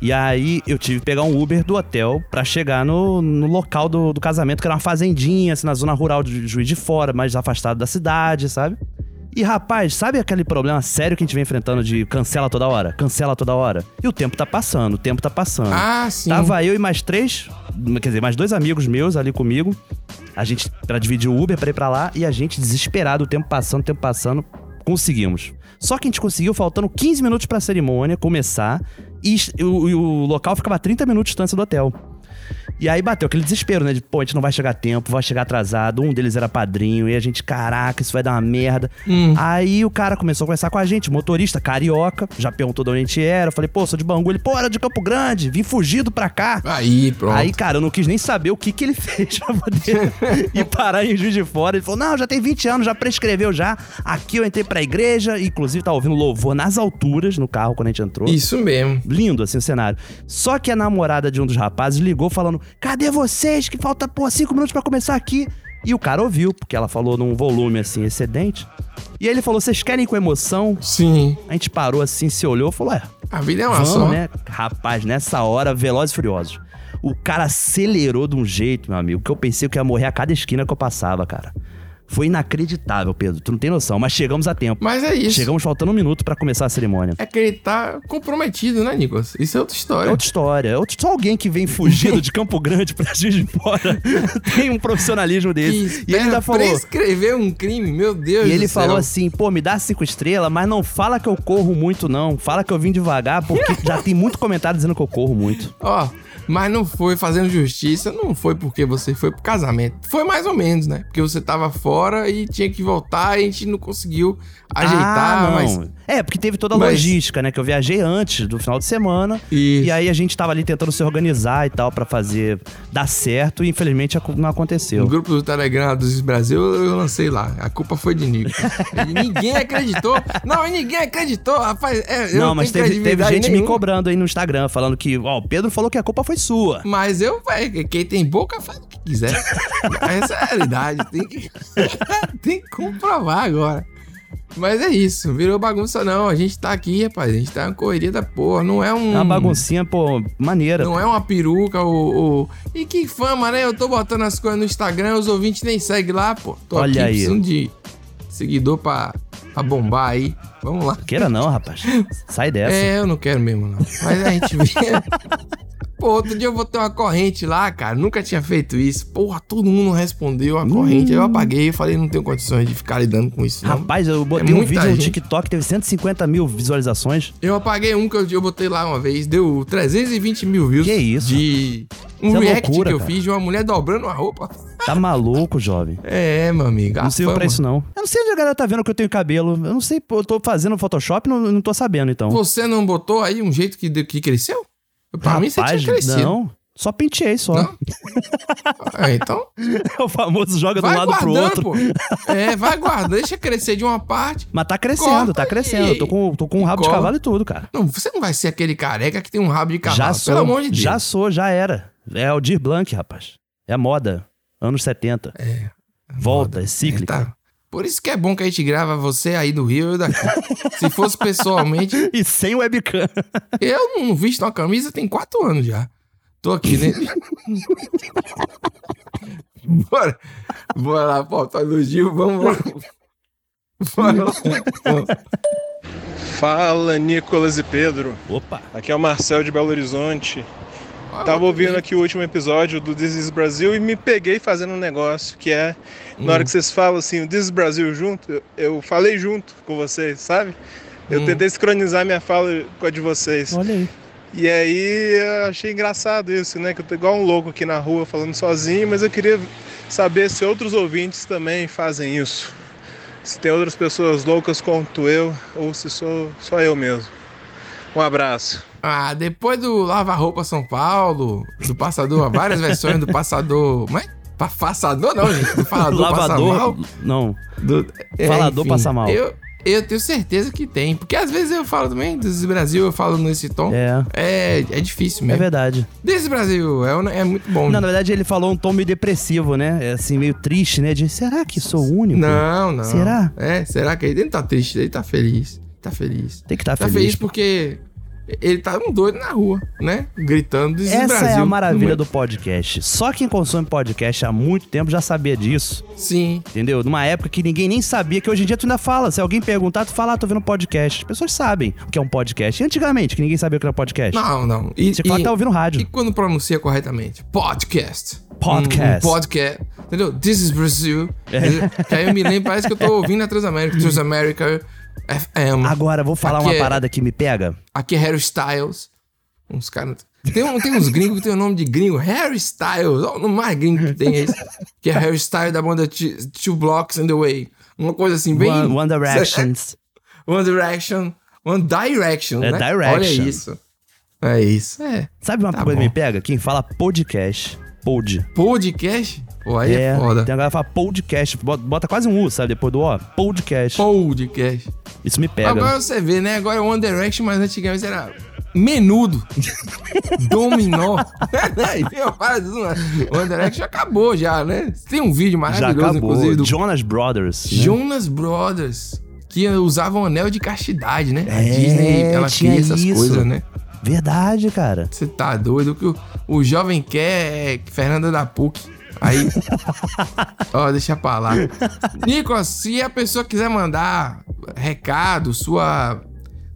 Speaker 2: E aí eu tive que pegar um Uber do hotel pra chegar no, no local do, do casamento, que era uma fazendinha, assim, na zona rural de Juiz de Fora, mais afastado da cidade, sabe? E rapaz, sabe aquele problema sério que a gente vem enfrentando de cancela toda hora, cancela toda hora? E o tempo tá passando, o tempo tá passando.
Speaker 3: Ah, sim.
Speaker 2: Tava eu e mais três, quer dizer, mais dois amigos meus ali comigo. A gente, pra dividir o Uber pra ir pra lá, e a gente desesperado, o tempo passando, o tempo passando, conseguimos. Só que a gente conseguiu faltando 15 minutos pra cerimônia começar, e es- e o, e o local ficava a 30 minutos de distância do hotel. E aí bateu aquele desespero, né? De, pô, a gente não vai chegar a tempo, vai chegar atrasado. Um deles era padrinho, e a gente, caraca, isso vai dar uma merda. Aí o cara começou a conversar com a gente, motorista, carioca, já perguntou de onde a gente era. Eu falei, pô, sou de Bangu. Ele, pô, era de Campo Grande, vim fugido pra cá.
Speaker 3: Aí, pronto.
Speaker 2: Aí, cara, eu não quis nem saber o que que ele fez pra poder ir parar em Juiz de Fora. Ele falou, não, já tem 20 anos, já prescreveu já. Aqui eu entrei pra igreja, inclusive tava ouvindo louvor nas alturas no carro quando a gente entrou.
Speaker 3: Isso mesmo.
Speaker 2: Lindo, assim, o cenário. Só que a namorada de um dos rapazes ligou falando, cadê vocês que falta, pô, cinco minutos pra começar aqui? E o cara ouviu, porque ela falou num volume, assim, excedente. E aí ele falou, vocês querem ir com emoção?
Speaker 3: Sim.
Speaker 2: A gente parou assim, se olhou e falou, é...
Speaker 3: A vida é uma
Speaker 2: Vamos,
Speaker 3: só.
Speaker 2: né? Rapaz, nessa hora, Velozes e Furiosos. O cara acelerou de um jeito, meu amigo, que eu pensei que eu ia morrer a cada esquina que eu passava, cara. Foi inacreditável, Pedro. Tu não tem noção, mas chegamos a tempo.
Speaker 3: Mas é isso.
Speaker 2: Chegamos faltando um minuto pra começar a cerimônia.
Speaker 3: É que ele tá comprometido, né, Nicolas? Isso é outra história.
Speaker 2: É outra história. É outro- só alguém que vem fugido de Campo Grande pra Juiz de Fora tem um profissionalismo desse. E ele ainda falou...
Speaker 3: Prescrever um crime, meu Deus
Speaker 2: E
Speaker 3: do
Speaker 2: ele
Speaker 3: céu.
Speaker 2: falou assim, pô, me dá cinco estrelas, mas não fala que eu corro muito, não. Fala que eu vim devagar, porque já tem muito comentário dizendo que eu corro muito.
Speaker 3: Ó, mas não foi fazendo justiça, não foi porque você foi pro casamento. Foi mais ou menos, né? Porque você tava fora e tinha que voltar e a gente não conseguiu ajeitar,
Speaker 2: Ah, não.
Speaker 3: mas.
Speaker 2: É, porque teve toda a
Speaker 3: Mas-
Speaker 2: logística, né? Que eu viajei antes do final de semana. E aí a gente tava ali tentando se organizar e tal pra fazer dar certo e infelizmente ac- não aconteceu.
Speaker 3: No grupo do Telegram dos Brasil, eu lancei lá. A culpa foi de Nico. E ninguém acreditou. Não, e ninguém acreditou. Rapaz, é, eu
Speaker 2: não,
Speaker 3: não
Speaker 2: mas
Speaker 3: tenho
Speaker 2: teve, teve
Speaker 3: credibilidade
Speaker 2: gente me
Speaker 3: nenhuma.
Speaker 2: cobrando aí no Instagram, falando que, ó, o Pedro falou que a culpa foi sua.
Speaker 3: Mas eu, velho, quem tem boca faz o que quiser. Essa é a realidade. Tem que, tem que comprovar agora. Mas é isso, virou bagunça não. A gente tá aqui, rapaz. A gente tá na correria da porra. Não é um.
Speaker 2: É uma baguncinha, pô, maneira.
Speaker 3: Não é uma peruca ou. ou- E que fama, né? Eu tô botando as coisas no Instagram, os ouvintes nem seguem lá, pô. Tô
Speaker 2: Olha aí.
Speaker 3: aqui precisando de seguidor pra, pra bombar aí. Vamos lá.
Speaker 2: Queira não, rapaz. Sai dessa.
Speaker 3: É, eu não quero mesmo, não. Mas a gente vê. Pô, outro dia eu botei uma corrente lá, cara. Nunca tinha feito isso. Porra, todo mundo respondeu a
Speaker 2: Hum.
Speaker 3: corrente. Aí eu apaguei e falei, não tenho condições de ficar lidando com isso. Não. É
Speaker 2: Rapaz, eu botei um
Speaker 3: muita
Speaker 2: vídeo no
Speaker 3: gente.
Speaker 2: TikTok, teve 150 mil visualizações.
Speaker 3: Eu apaguei um que eu, eu botei lá uma vez, deu 320 mil views. Que
Speaker 2: isso?
Speaker 3: De um
Speaker 2: Isso é
Speaker 3: react
Speaker 2: loucura,
Speaker 3: que eu
Speaker 2: cara.
Speaker 3: fiz de uma mulher dobrando uma roupa.
Speaker 2: Tá maluco, jovem.
Speaker 3: É, meu amigo.
Speaker 2: Não sirvo
Speaker 3: fama.
Speaker 2: pra isso, não. Eu não sei onde a galera tá vendo que eu tenho cabelo. Eu não sei, pô, eu tô fazendo Photoshop e não, não tô sabendo, então.
Speaker 3: Você não botou aí um jeito que, de- que cresceu? Pra mim você tinha crescido.
Speaker 2: Não, só penteei só.
Speaker 3: É, então.
Speaker 2: É o famoso joga de um lado pro
Speaker 3: guardando,
Speaker 2: outro.
Speaker 3: pô. É, vai guardando, deixa crescer de uma parte.
Speaker 2: Mas tá crescendo,
Speaker 3: Corta
Speaker 2: tá crescendo.
Speaker 3: e-
Speaker 2: Eu tô com, tô com um rabo de
Speaker 3: cola.
Speaker 2: cavalo e tudo, cara.
Speaker 3: Não, você não vai ser aquele careca que tem um rabo de cavalo.
Speaker 2: já sou,
Speaker 3: pelo amor de Deus.
Speaker 2: já sou, já era. É o Dir Blanc, rapaz. É moda. Anos 70.
Speaker 3: É.
Speaker 2: Volta, é cíclica.
Speaker 3: Por isso que é bom que a gente grava você aí do Rio e eu daqui. Se fosse pessoalmente.
Speaker 2: E sem webcam.
Speaker 3: Eu não visto uma camisa tem quatro anos já. Tô aqui, né? Bora. Bora lá, pauta do Gil, vamos lá. Bora lá.
Speaker 14: Fala, Nicolas e Pedro.
Speaker 2: Opa.
Speaker 14: Aqui é o Marcel de Belo Horizonte. Tava ouvindo aqui o último episódio do This is Brasil e me peguei fazendo um negócio que é na hora que vocês falam assim, o This is Brasil junto, eu- eu falei junto com vocês, sabe? Eu
Speaker 15: Hum.
Speaker 14: tentei sincronizar minha fala com a de vocês.
Speaker 2: Olha aí.
Speaker 14: E aí eu achei engraçado isso, né? Que eu tô igual um louco aqui na rua falando sozinho, mas eu queria saber se outros ouvintes também fazem isso. Se tem outras pessoas loucas quanto eu, ou se sou só eu mesmo. Um abraço.
Speaker 3: Ah, depois do Lava Roupa São Paulo, do Passador, várias versões do Passador. Mas. Pa passador não, gente. Do falador
Speaker 2: Lavador.
Speaker 3: passa mal.
Speaker 2: Não.
Speaker 3: É,
Speaker 2: Falador
Speaker 3: enfim,
Speaker 2: passa mal.
Speaker 3: Eu, eu tenho certeza que tem. Porque às vezes eu falo também, Desse Brasil, eu falo nesse tom.
Speaker 2: É.
Speaker 3: É, é difícil mesmo.
Speaker 2: É verdade.
Speaker 3: Desse Brasil, é, um- é muito bom.
Speaker 2: Não, na verdade ele falou um tom meio depressivo, né? É Assim, meio triste, né? De será que sou o único?
Speaker 3: Não, não.
Speaker 2: Será?
Speaker 3: É, será que ele não tá triste? Ele tá feliz. Tá feliz.
Speaker 2: Tem que estar
Speaker 3: Tá
Speaker 2: feliz.
Speaker 3: feliz, porque ele tá um doido na rua, né? Gritando This is
Speaker 2: Essa
Speaker 3: Brasil.
Speaker 2: é a maravilha
Speaker 3: No
Speaker 2: do podcast. Só quem consome podcast há muito tempo já sabia disso.
Speaker 3: Sim.
Speaker 2: Entendeu? Numa época que ninguém nem sabia, que hoje em dia tu ainda fala. Se alguém perguntar, tu fala, ah, tô vendo podcast. As pessoas sabem o que é um podcast. E antigamente, que ninguém sabia o que era um podcast.
Speaker 3: Não, não. E,
Speaker 2: Você fala,
Speaker 3: e-
Speaker 2: tá ouvindo rádio.
Speaker 3: E quando pronuncia corretamente? Podcast.
Speaker 2: Podcast. É.
Speaker 3: Um, um podcast. Entendeu? This is Brazil. Que aí eu me lembro, parece que eu tô ouvindo a Transamérica. Transamérica FM.
Speaker 2: Agora, vou falar
Speaker 3: Aqui
Speaker 2: uma
Speaker 3: é-
Speaker 2: parada que me pega.
Speaker 3: Aqui é Harry Styles. Uns caras. Tem, um, tem uns gringos que tem o nome de gringo. Harry Styles. ó, O mais gringo que tem é esse. Que é Harry Styles da banda T- Two Blocks and the Way. Uma coisa assim, bem.
Speaker 2: One- One Directions.
Speaker 3: One Direction. One Direction.
Speaker 2: É
Speaker 3: né?
Speaker 2: Direction.
Speaker 3: Olha isso. É isso. É.
Speaker 2: Sabe uma
Speaker 3: Tá
Speaker 2: coisa
Speaker 3: bom.
Speaker 2: que me pega? Quem fala podcast. Pod.
Speaker 3: Podcast? Pô, aí é foda.
Speaker 2: Tem uma galera que fala podcast. Bota, bota quase um U, sabe? Depois do O. Podcast.
Speaker 3: Podcast.
Speaker 2: Isso me pega.
Speaker 3: Agora você vê, né? Agora é One Direction, mas antigamente era menudo. Dominó. Aí tem uma parada do nada. One Direction acabou já, né? Tem um vídeo
Speaker 2: Já
Speaker 3: maravilhoso,
Speaker 2: acabou.
Speaker 3: inclusive, do
Speaker 2: Jonas Brothers. né?
Speaker 3: Jonas Brothers, que usavam anel de castidade, né? a
Speaker 2: É,
Speaker 3: Disney, ela
Speaker 2: tinha
Speaker 3: tinha essas
Speaker 2: isso.
Speaker 3: coisas, né?
Speaker 2: Verdade, cara.
Speaker 3: Você tá doido? O que o, o jovem quer é Fernanda da PUC. Aí. Ó, deixa pra lá. Nicolas, se a pessoa quiser mandar recado, sua.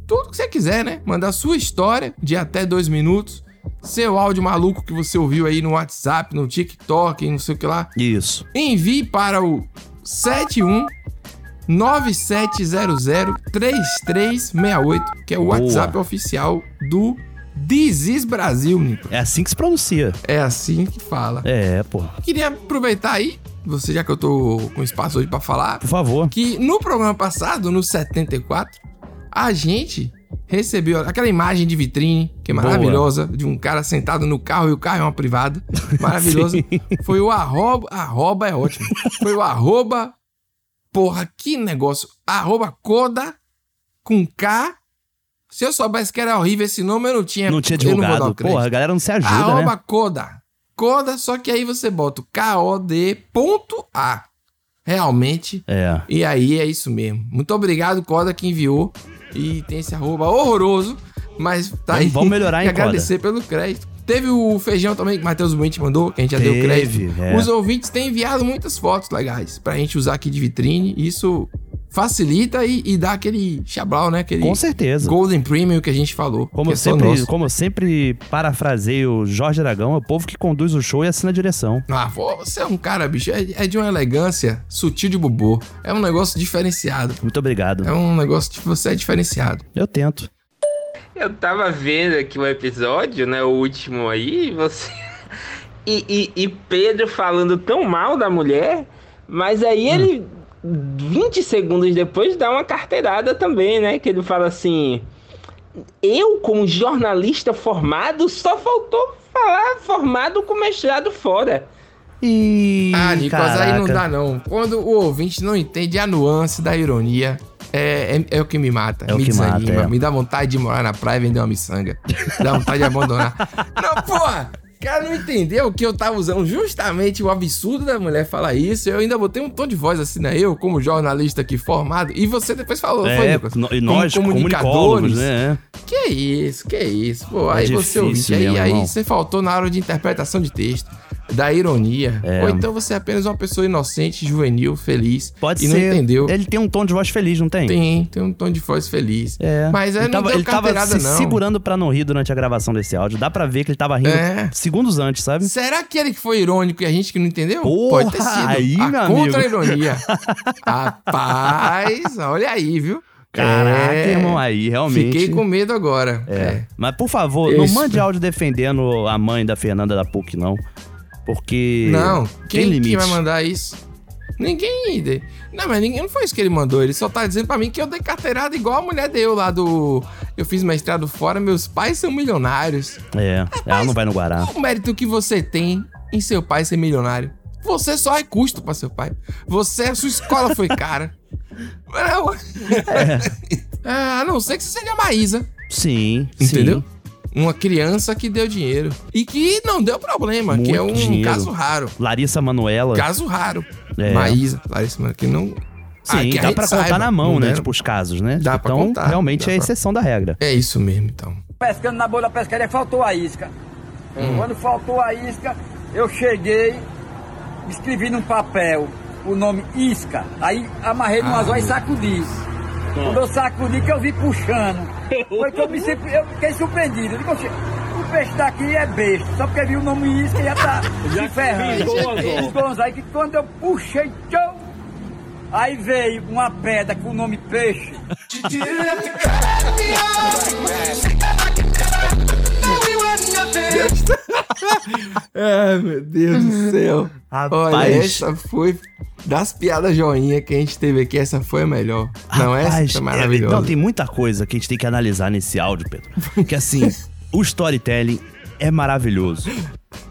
Speaker 3: Tudo que você quiser, né? Mandar sua história de até dois minutos. Seu áudio maluco que você ouviu aí no WhatsApp, no TikTok, não sei o que lá.
Speaker 2: Isso.
Speaker 3: Envie para o 71 9700 3368, que é o
Speaker 2: Boa.
Speaker 3: WhatsApp oficial do This is Brasil, Nico.
Speaker 2: É assim que se pronuncia.
Speaker 3: É assim que fala.
Speaker 2: É, pô.
Speaker 3: Queria aproveitar aí, você já que eu tô com espaço hoje pra falar,
Speaker 2: Por favor.
Speaker 3: que no programa passado, no 74, a gente recebeu aquela imagem de vitrine, que é
Speaker 2: Boa.
Speaker 3: maravilhosa, de um cara sentado no carro e o carro é uma privada. Maravilhoso.
Speaker 2: Sim.
Speaker 3: Foi o arroba. Arroba é ótimo. Foi o arroba. Porra, que negócio. Arroba Coda com K. Se eu soubesse que era horrível esse nome, eu não tinha.
Speaker 2: Não tinha
Speaker 3: eu vou dar o
Speaker 2: divulgado.
Speaker 3: crédito. Ah,
Speaker 2: Porra, a galera não se ajuda,
Speaker 3: Arroba
Speaker 2: né?
Speaker 3: Coda. Coda, só que aí você bota o KOD.A. Realmente.
Speaker 2: É.
Speaker 3: E aí é isso mesmo. Muito obrigado, Coda, que enviou. E tem esse arroba horroroso. Mas tá
Speaker 2: Vamos-
Speaker 3: aí.
Speaker 2: vamos melhorar,
Speaker 3: E
Speaker 2: hein,
Speaker 3: agradecer pelo crédito. Teve o feijão também que o Matheus Buente mandou, que a gente já deu
Speaker 2: Teve,
Speaker 3: crédito.
Speaker 2: é.
Speaker 3: Os ouvintes têm enviado muitas fotos legais pra gente usar aqui de vitrine. Isso facilita e, e dá aquele chablau, né? Aquele
Speaker 2: Com certeza.
Speaker 3: Golden Premium que a gente falou.
Speaker 2: Como
Speaker 3: que
Speaker 2: eu,
Speaker 3: é só
Speaker 2: sempre,
Speaker 3: nosso.
Speaker 2: como eu sempre parafraseio Jorge Aragão, é o povo que conduz o show e assina a direção.
Speaker 3: Ah, pô, você é um cara, bicho, é, é de uma elegância sutil de bobô. É um negócio diferenciado.
Speaker 2: Muito obrigado.
Speaker 3: É um negócio de você é diferenciado.
Speaker 2: Eu tento.
Speaker 16: Eu tava vendo aqui o episódio, né? O último aí, e você. E, e- e Pedro falando tão mal da mulher, mas aí ele, 20 segundos depois, dá uma carteirada também, né? Que ele fala assim. eu, como jornalista formado, só faltou falar formado com mestrado fora.
Speaker 2: E.
Speaker 3: Ah, Nicolas, aí não dá não. Quando o ouvinte não entende a nuance da ironia, é, é, é o que me mata.
Speaker 2: É o
Speaker 3: me
Speaker 2: que mata, é.
Speaker 3: me dá vontade de morar na praia e vender uma miçanga. dá vontade de abandonar. não, porra! O cara não entendeu que eu tava usando justamente o absurdo da mulher falar isso. Eu ainda botei um tom de voz assim, né? Eu, como jornalista aqui formado. E você depois falou,
Speaker 2: É,
Speaker 3: foi, Nicolas?
Speaker 2: no- e nós, comunicólogos, né?
Speaker 3: Que é isso, que isso. Pô,
Speaker 2: É
Speaker 3: aí você
Speaker 2: difícil
Speaker 3: ouvinte, aí,
Speaker 2: mesmo,
Speaker 3: aí
Speaker 2: irmão.
Speaker 3: você faltou na hora de interpretação de texto, da ironia.
Speaker 2: É.
Speaker 3: Ou então você é apenas uma pessoa inocente, juvenil, feliz.
Speaker 2: Pode
Speaker 3: e não
Speaker 2: ser.
Speaker 3: entendeu.
Speaker 2: Ele tem um tom de voz feliz, não tem?
Speaker 3: Tem, tem um tom de voz feliz.
Speaker 2: É.
Speaker 3: Mas aí
Speaker 2: ele
Speaker 3: não
Speaker 2: tava,
Speaker 3: deu
Speaker 2: ele tava
Speaker 3: carteirada,
Speaker 2: se
Speaker 3: não.
Speaker 2: segurando pra não rir durante a gravação desse áudio. Dá pra ver que ele tava rindo
Speaker 3: É.
Speaker 2: segundos antes, sabe?
Speaker 3: Será que ele que foi irônico e a gente que não entendeu?
Speaker 2: Porra,
Speaker 3: Pode ter sido.
Speaker 2: aí, meu
Speaker 3: a
Speaker 2: amigo.
Speaker 3: contra-ironia. Rapaz, olha aí, viu?
Speaker 2: Caraca,
Speaker 3: É,
Speaker 2: irmão, aí realmente.
Speaker 3: Fiquei com medo agora.
Speaker 2: É. Mas por favor, não
Speaker 3: Isso.
Speaker 2: mande áudio defendendo a mãe da Fernanda da PUC, não. Porque.
Speaker 3: Não,
Speaker 2: tem
Speaker 3: quem,
Speaker 2: limite.
Speaker 3: quem vai mandar isso? Ninguém. de- Não, mas ninguém não foi isso que ele mandou. Ele só tá dizendo pra mim que eu dei carteirada igual a mulher deu lá do. Eu fiz mestrado fora, meus pais são milionários.
Speaker 2: É, ela não vai no Guará.
Speaker 3: Qual o mérito que você tem em seu pai ser milionário? Você só é custo pra seu pai. Você, a sua escola foi cara. Não.
Speaker 2: É.
Speaker 3: Ah, a não ser que você seja a Maísa.
Speaker 2: Sim.
Speaker 3: Entendeu?
Speaker 2: sim.
Speaker 3: Uma criança que deu dinheiro. E que não deu problema, que é
Speaker 2: Muito
Speaker 3: um
Speaker 2: dinheiro.
Speaker 3: caso raro.
Speaker 2: Larissa Manuela.
Speaker 3: Caso raro.
Speaker 2: É.
Speaker 3: Maísa, Larissa Manuela, que não. Ah,
Speaker 2: Sim,
Speaker 3: que a
Speaker 2: dá
Speaker 3: gente
Speaker 2: pra
Speaker 3: saiba,
Speaker 2: contar na mão,
Speaker 3: não
Speaker 2: né?
Speaker 3: deram.
Speaker 2: Tipo, os casos, né?
Speaker 3: Dá pra
Speaker 2: então,
Speaker 3: contar,
Speaker 2: realmente
Speaker 3: dá
Speaker 2: é
Speaker 3: pra-
Speaker 2: exceção da regra.
Speaker 3: É isso mesmo, então.
Speaker 15: pescando na boa da pescaria, faltou a isca.
Speaker 3: Hum.
Speaker 15: Quando faltou a isca, eu cheguei, escrevi num papel o nome isca, aí amarrei num
Speaker 17: Ah,
Speaker 15: azói e
Speaker 17: meu
Speaker 15: sacudi. Quando eu sacudi, que eu vi puxando. Foi que eu, me, surpre- eu fiquei surpreendido. Eu digo, "Oxe, o peixe daqui é besta, só porque viu o nome isca já tá
Speaker 17: Já
Speaker 15: se ferrando.
Speaker 17: fisgou o anzol.
Speaker 15: Fisgou o anzol. Aí que quando eu puxei, tchau, aí veio uma pedra com o nome peixe.
Speaker 3: Ai, meu Deus do céu.
Speaker 2: Rapaz.
Speaker 3: Olha, essa foi. Das piadas joinha que a gente teve aqui, essa foi a melhor. Não, essa
Speaker 2: Rapaz,
Speaker 3: foi
Speaker 2: é, não,
Speaker 3: maravilhosa.
Speaker 2: tem muita coisa que a gente tem que analisar nesse áudio, Pedro. Que assim, o storytelling é maravilhoso.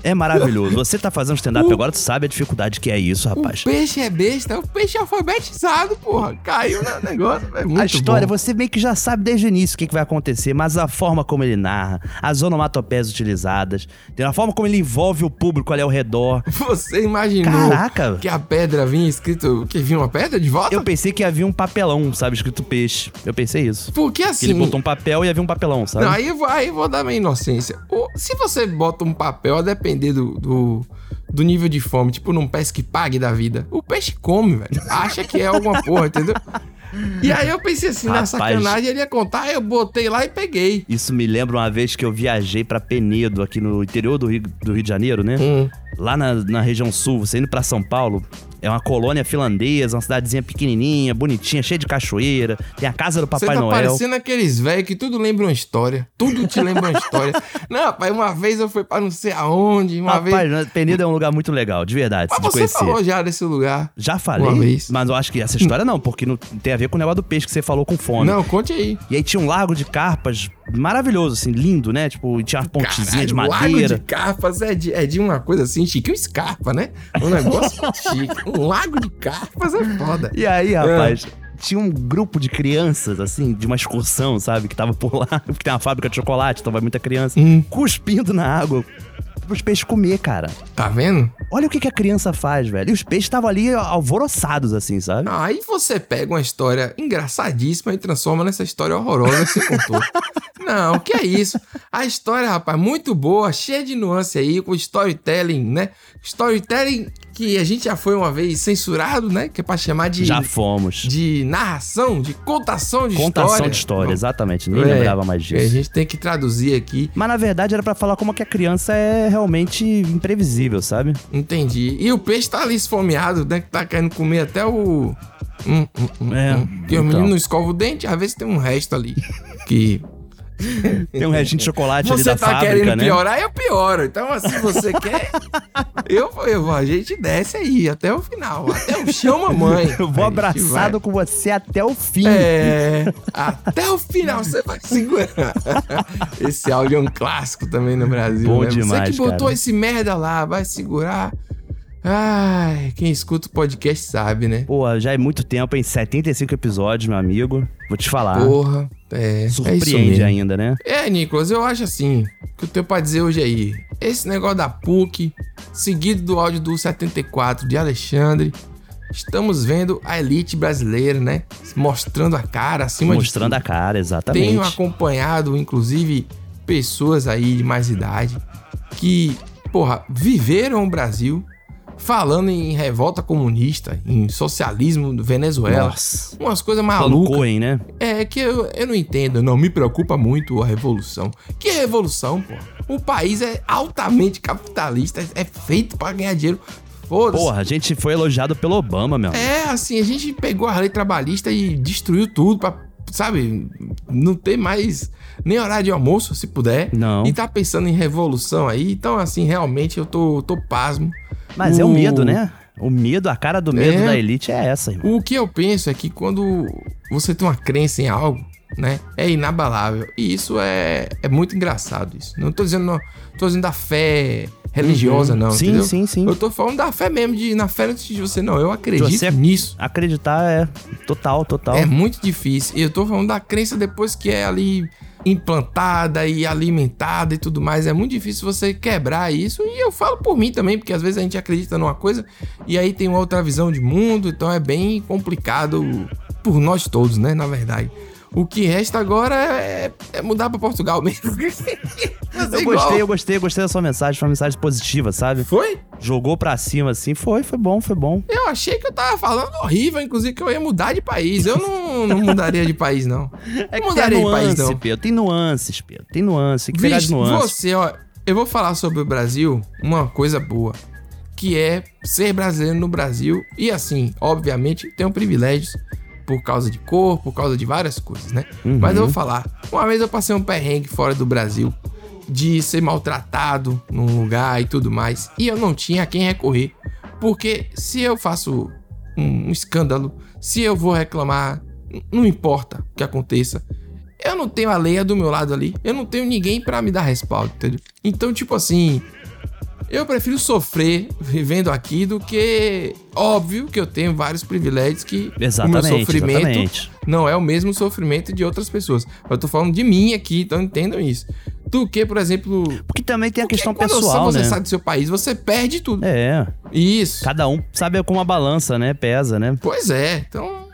Speaker 2: É maravilhoso. Você tá fazendo stand-up agora, tu sabe a dificuldade que é isso, rapaz.
Speaker 3: Peixe é besta, o peixe é alfabetizado, porra. Caiu no negócio, é muito
Speaker 2: a história,
Speaker 3: bom.
Speaker 2: você meio que já sabe desde o início o que, que vai acontecer, mas a forma como ele narra, as onomatopeias utilizadas, entendeu? a forma como ele envolve o público ali ao redor.
Speaker 3: Você imaginou
Speaker 2: Caraca.
Speaker 3: que a pedra vinha escrito. Que vinha uma pedra de volta?
Speaker 2: Eu pensei que havia um papelão, sabe, escrito peixe. Eu pensei isso.
Speaker 3: Porque assim.
Speaker 2: ele botou um papel e havia um papelão, sabe?
Speaker 3: Não, aí eu, vou, aí eu vou dar minha inocência. Ou, se você bota um papel, a depender do, do, do nível de fome, tipo num pesque pague da vida, o peixe come, velho. Acha que é alguma porra, entendeu? E aí eu pensei assim,
Speaker 2: Rapaz.
Speaker 3: na sacanagem ele ia contar, aí eu botei lá e peguei.
Speaker 2: Isso me lembra uma vez que eu viajei pra Penedo, aqui no interior do Rio, do Rio de Janeiro, né?
Speaker 3: Hum,
Speaker 2: Lá na, na região sul, você indo pra São Paulo, é uma colônia finlandesa, uma cidadezinha pequenininha, bonitinha, cheia de cachoeira, tem a casa do
Speaker 3: Você
Speaker 2: Papai
Speaker 3: tá
Speaker 2: Noel.
Speaker 3: parecendo aqueles velhos que tudo lembra uma história. Tudo te lembra uma história. Não, rapaz, uma vez eu fui pra não sei aonde, uma
Speaker 2: Rapaz,
Speaker 3: vez.
Speaker 2: né, Penedo é um lugar muito legal, de verdade,
Speaker 3: Mas
Speaker 2: de
Speaker 3: você
Speaker 2: conhecer.
Speaker 3: falou já desse lugar.
Speaker 2: Já falei,
Speaker 3: Uma vez.
Speaker 2: mas eu acho que essa história não, porque não tem a ver com o negócio do peixe que você falou com fome.
Speaker 3: Não, conte aí.
Speaker 2: E aí tinha um lago de carpas maravilhoso, assim, lindo, né? Tipo, e tinha uma pontezinha de
Speaker 3: Caralho, Lago
Speaker 2: madeira.
Speaker 3: de Carpas é de, é de uma coisa assim, chique, um escarpa, né? Um negócio muito chique. Um lago de Carpas é foda.
Speaker 2: E aí, rapaz, tinha um grupo de crianças, assim, de uma excursão, sabe? Que tava por lá, porque tem uma fábrica de chocolate, então vai muita criança,
Speaker 3: Hum.
Speaker 2: cuspindo na água pros peixes comer, cara.
Speaker 3: Tá vendo?
Speaker 2: Olha o que, que a criança faz, velho. E os peixes estavam ali alvoroçados, assim, sabe?
Speaker 3: Aí você pega uma história engraçadíssima e transforma nessa história horrorosa que você contou. Não, que é isso? A história, rapaz, muito boa, cheia de nuance aí, com storytelling, né? Storytelling que a gente já foi uma vez censurado, né? Que é pra chamar de.
Speaker 2: Já fomos.
Speaker 3: De narração, de contação de história.
Speaker 2: Contação de história, exatamente. Nem
Speaker 3: É,
Speaker 2: lembrava mais
Speaker 3: A
Speaker 2: disso.
Speaker 3: gente tem que traduzir aqui.
Speaker 2: Mas na verdade era pra falar como que a criança é realmente imprevisível, sabe?
Speaker 3: Entendi. E o peixe tá ali esfomeado, né? Que tá querendo comer até o. Hum, hum, hum,
Speaker 2: É,
Speaker 3: hum. E o
Speaker 2: então.
Speaker 3: menino não escova o dente, às vezes tem um resto ali. um Que
Speaker 2: Tem um restinho de chocolate ali
Speaker 3: Você
Speaker 2: da
Speaker 3: tá
Speaker 2: fábrica,
Speaker 3: querendo
Speaker 2: né?
Speaker 3: piorar, eu pioro. Então, se você quer, eu, eu vou. A gente desce aí até o final. Até o chão, mamãe. A
Speaker 2: Eu vou
Speaker 3: gente vai.
Speaker 2: abraçado com você até o fim.
Speaker 3: É, até o final você vai segurar. Esse áudio é um clássico também no Brasil.
Speaker 2: Bom
Speaker 3: né? Você
Speaker 2: demais,
Speaker 3: que botou
Speaker 2: cara.
Speaker 3: esse merda lá, vai segurar. Ai, quem escuta o podcast sabe, né?
Speaker 2: Pô, já é muito tempo, hein? 75 episódios, meu amigo. Vou te falar.
Speaker 3: Porra, é. é isso
Speaker 2: tá. Surpreende
Speaker 3: mesmo.
Speaker 2: ainda, né?
Speaker 3: É, Nicolas, eu acho assim, que eu tenho pra dizer hoje é aí, esse negócio da PUC, seguido do áudio do 74 de Alexandre, estamos vendo a elite brasileira, né? Mostrando a cara acima
Speaker 2: Mostrando
Speaker 3: de
Speaker 2: a
Speaker 3: tudo.
Speaker 2: cara, exatamente.
Speaker 3: Tenho acompanhado, inclusive, pessoas aí de mais idade que, porra, viveram o Brasil falando em revolta comunista, em socialismo do Venezuela.
Speaker 2: Nossa.
Speaker 3: Umas coisas
Speaker 2: Plano
Speaker 3: malucas.
Speaker 2: Cohen, né?
Speaker 3: É que eu, eu não entendo, não me preocupa muito a revolução. Que revolução, pô? O país é altamente capitalista, é feito pra ganhar dinheiro. Foda-se.
Speaker 2: Porra, a gente foi elogiado pelo Obama, meu.
Speaker 3: É, assim, a gente pegou a lei trabalhista e destruiu tudo pra, sabe, não ter mais nem horário de almoço, se puder.
Speaker 2: Não.
Speaker 3: E tá pensando em revolução aí, então, assim, realmente eu tô, tô pasmo.
Speaker 2: Mas é o medo, né? O medo, a cara do medo
Speaker 3: É.
Speaker 2: da elite é essa, irmão.
Speaker 3: O que eu penso é que quando você tem uma crença em algo, né, é inabalável. E isso é, é muito engraçado isso. Não tô dizendo, não, tô dizendo da fé religiosa,
Speaker 2: Uhum.
Speaker 3: não.
Speaker 2: Sim,
Speaker 3: entendeu?
Speaker 2: sim, sim.
Speaker 3: Eu tô falando da fé mesmo, de na fé antes de você, não. Eu acredito
Speaker 2: Se você é
Speaker 3: nisso.
Speaker 2: Acreditar é total, total.
Speaker 3: É muito difícil. E eu tô falando da crença depois que é ali implantada e alimentada e tudo mais. É muito difícil você quebrar isso. E eu falo por mim também, porque às vezes a gente acredita numa coisa e aí tem uma outra visão de mundo. Então é bem complicado por nós todos, né? Na verdade. O que resta agora é, é mudar pra Portugal mesmo. Fazer
Speaker 2: Eu
Speaker 3: é igual.
Speaker 2: gostei, eu gostei, eu gostei da sua mensagem. Foi uma mensagem positiva, sabe?
Speaker 3: Foi?
Speaker 2: Jogou pra cima, assim. Foi, foi bom, foi bom.
Speaker 3: Eu achei que eu tava falando horrível, inclusive que eu ia mudar de país. Eu não, não mudaria de país, não.
Speaker 2: É
Speaker 3: não
Speaker 2: que tem a
Speaker 3: mudaria de país,
Speaker 2: nuance,
Speaker 3: não.
Speaker 2: Pedro. Tem nuances, Pedro. Tem nuance. Tem que pegar as
Speaker 3: Vixe,
Speaker 2: nuances.
Speaker 3: Você, ó, eu vou falar sobre o Brasil uma coisa boa, que é ser brasileiro no Brasil e assim, obviamente, tenho privilégios por causa de cor, por causa de várias coisas, né?
Speaker 2: Uhum.
Speaker 3: Mas eu vou falar, uma vez eu passei um perrengue fora do Brasil de ser maltratado num lugar e tudo mais, e eu não tinha a quem recorrer, porque se eu faço um, um escândalo, se eu vou reclamar, n- não importa o que aconteça, eu não tenho a Leia do meu lado ali. Eu não tenho ninguém pra me dar respaldo, entendeu? Então, tipo assim, eu prefiro sofrer vivendo aqui do que. Óbvio que eu tenho vários privilégios que
Speaker 2: Exatamente,
Speaker 3: o meu sofrimento
Speaker 2: exatamente.
Speaker 3: não é o mesmo sofrimento de outras pessoas. Eu tô falando de mim aqui, então entendam isso. Do que, por exemplo.
Speaker 2: Porque também tem a questão
Speaker 3: quando
Speaker 2: pessoal,
Speaker 3: você
Speaker 2: né?
Speaker 3: sai do seu país, você perde tudo.
Speaker 2: É.
Speaker 3: Isso.
Speaker 2: Cada um sabe como a balança, né? Pesa, né?
Speaker 3: Pois é, então.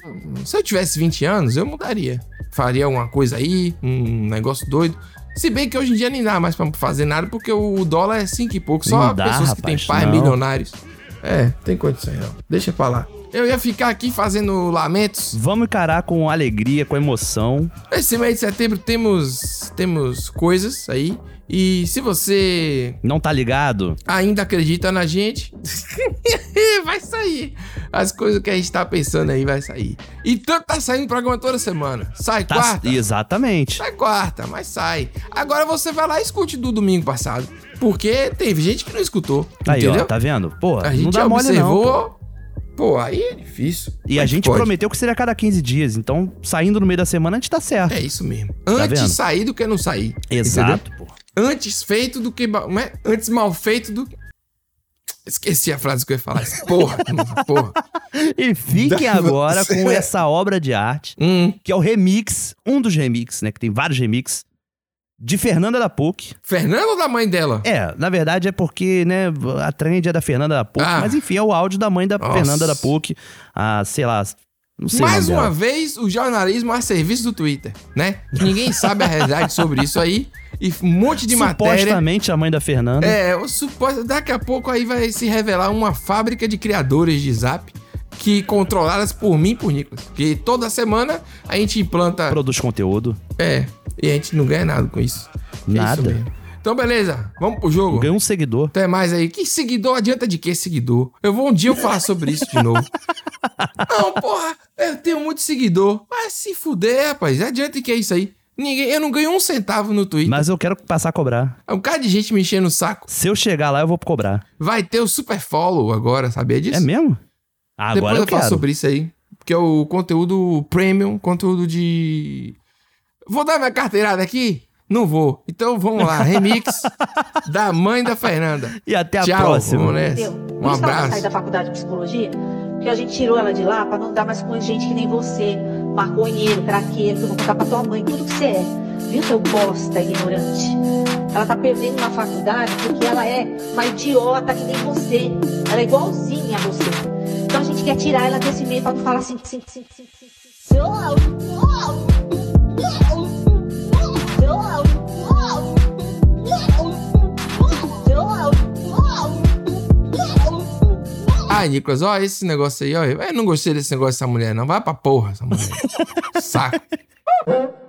Speaker 3: Se eu tivesse 20 anos, eu mudaria. Faria alguma coisa aí, um negócio doido. Se bem que hoje em dia nem dá mais pra fazer nada, porque o dólar é 5 e pouco. Só
Speaker 2: Não dá,
Speaker 3: pessoas que têm
Speaker 2: rapaz,
Speaker 3: pai
Speaker 2: não.
Speaker 3: milionários. É, tem condição não. Deixa pra lá. Eu ia ficar aqui fazendo lamentos.
Speaker 2: Vamos encarar com alegria, com emoção.
Speaker 3: Esse mês de setembro temos, temos coisas aí. E se você
Speaker 2: Não tá ligado?
Speaker 3: ainda acredita na gente, vai sair. As coisas que a gente tá pensando aí vai sair. E tanto tá saindo programa toda semana. Sai
Speaker 2: Tá-
Speaker 3: quarta.
Speaker 2: Exatamente.
Speaker 3: Sai quarta, mas sai. Agora você vai lá e escute do domingo passado. Porque teve gente que não escutou.
Speaker 2: Aí,
Speaker 3: entendeu?
Speaker 2: ó, tá vendo? Pô,
Speaker 3: a
Speaker 2: não
Speaker 3: gente
Speaker 2: dá mole não. pô.
Speaker 3: observou. Pô, aí é difícil.
Speaker 2: E a
Speaker 3: Mas
Speaker 2: gente
Speaker 3: pode.
Speaker 2: prometeu que seria a cada 15 dias, então saindo no meio da semana a gente tá certo.
Speaker 3: É isso mesmo.
Speaker 2: Tá
Speaker 3: Antes
Speaker 2: vendo?
Speaker 3: sair do que não sair.
Speaker 2: Exato,
Speaker 3: entendeu? Antes feito do que. ba- como é? Antes mal feito do. Esqueci a frase que eu ia falar. Porra, porra.
Speaker 2: E fiquem
Speaker 3: Dá
Speaker 2: agora
Speaker 3: você. é.
Speaker 2: com essa obra de arte,
Speaker 3: Hum.
Speaker 2: que é o remix, um dos remixes, né? Que tem vários remixes, de Fernanda da PUC.
Speaker 3: Fernanda ou da mãe dela?
Speaker 2: É, na verdade é porque, né, a trend é da Fernanda da PUC,
Speaker 3: Ah.
Speaker 2: mas enfim, é o áudio da mãe da
Speaker 3: Nossa.
Speaker 2: Fernanda da PUC, a, sei lá, não sei o
Speaker 3: Mais
Speaker 2: nome
Speaker 3: uma
Speaker 2: dela.
Speaker 3: vez, o jornalismo a serviço do Twitter, né? Ninguém sabe a realidade sobre isso aí. E um monte de matéria.
Speaker 2: Supostamente né? a mãe da Fernanda.
Speaker 3: É, eu suposto, daqui a pouco aí vai se revelar uma fábrica de criadores de zap que controladas por mim e por Nicolas. Que toda semana a gente implanta.
Speaker 2: Produz conteúdo.
Speaker 3: É, e a gente não ganha nada com isso. É
Speaker 2: Nada.
Speaker 3: isso mesmo. então, beleza, vamos pro jogo.
Speaker 2: Ganha um seguidor.
Speaker 3: Até é mais aí. Que seguidor adianta de que seguidor? Eu vou um dia eu falar sobre isso de novo. Não, porra, eu tenho muito seguidor. Mas se fuder, rapaz, adianta que é isso aí. Ninguém, eu não ganho um centavo no Twitter.
Speaker 2: Mas eu quero passar a cobrar.
Speaker 3: É um cara de gente me enchendo o saco.
Speaker 2: Se eu chegar lá, eu vou cobrar.
Speaker 3: Vai ter o super follow agora, sabia disso?
Speaker 2: É mesmo? Ah,
Speaker 3: Depois
Speaker 2: agora
Speaker 3: eu,
Speaker 2: eu quero.
Speaker 3: falo sobre isso aí. Porque é o conteúdo premium, conteúdo de. Vou dar minha carteirada aqui? Não vou. Então vamos lá. Remix da mãe da Fernanda.
Speaker 2: E até a
Speaker 3: Tchau,
Speaker 2: próxima.
Speaker 3: vamos nessa.
Speaker 9: Entendeu?
Speaker 3: Um
Speaker 9: Por isso que ela vai
Speaker 3: abraço.
Speaker 9: sair da faculdade de psicologia, porque a gente tirou ela de lá pra não dar mais com gente que nem você, maconheiro, craqueiro, que eu vou contar pra tua mãe tudo que você é. Viu, seu bosta ignorante? Ela tá perdendo na faculdade porque ela é uma idiota que nem você. Ela é igualzinha a você. Então a gente quer tirar ela desse meio pra não falar assim, assim, assim, assim, assim. assim. Uau, uau, uau, uau, uau, uau, uau, uau, uau.
Speaker 3: Ai, Nicolas, ó, esse negócio aí, ó. Eu não gostei desse negócio dessa mulher, não. Vai pra porra, essa mulher. Saco.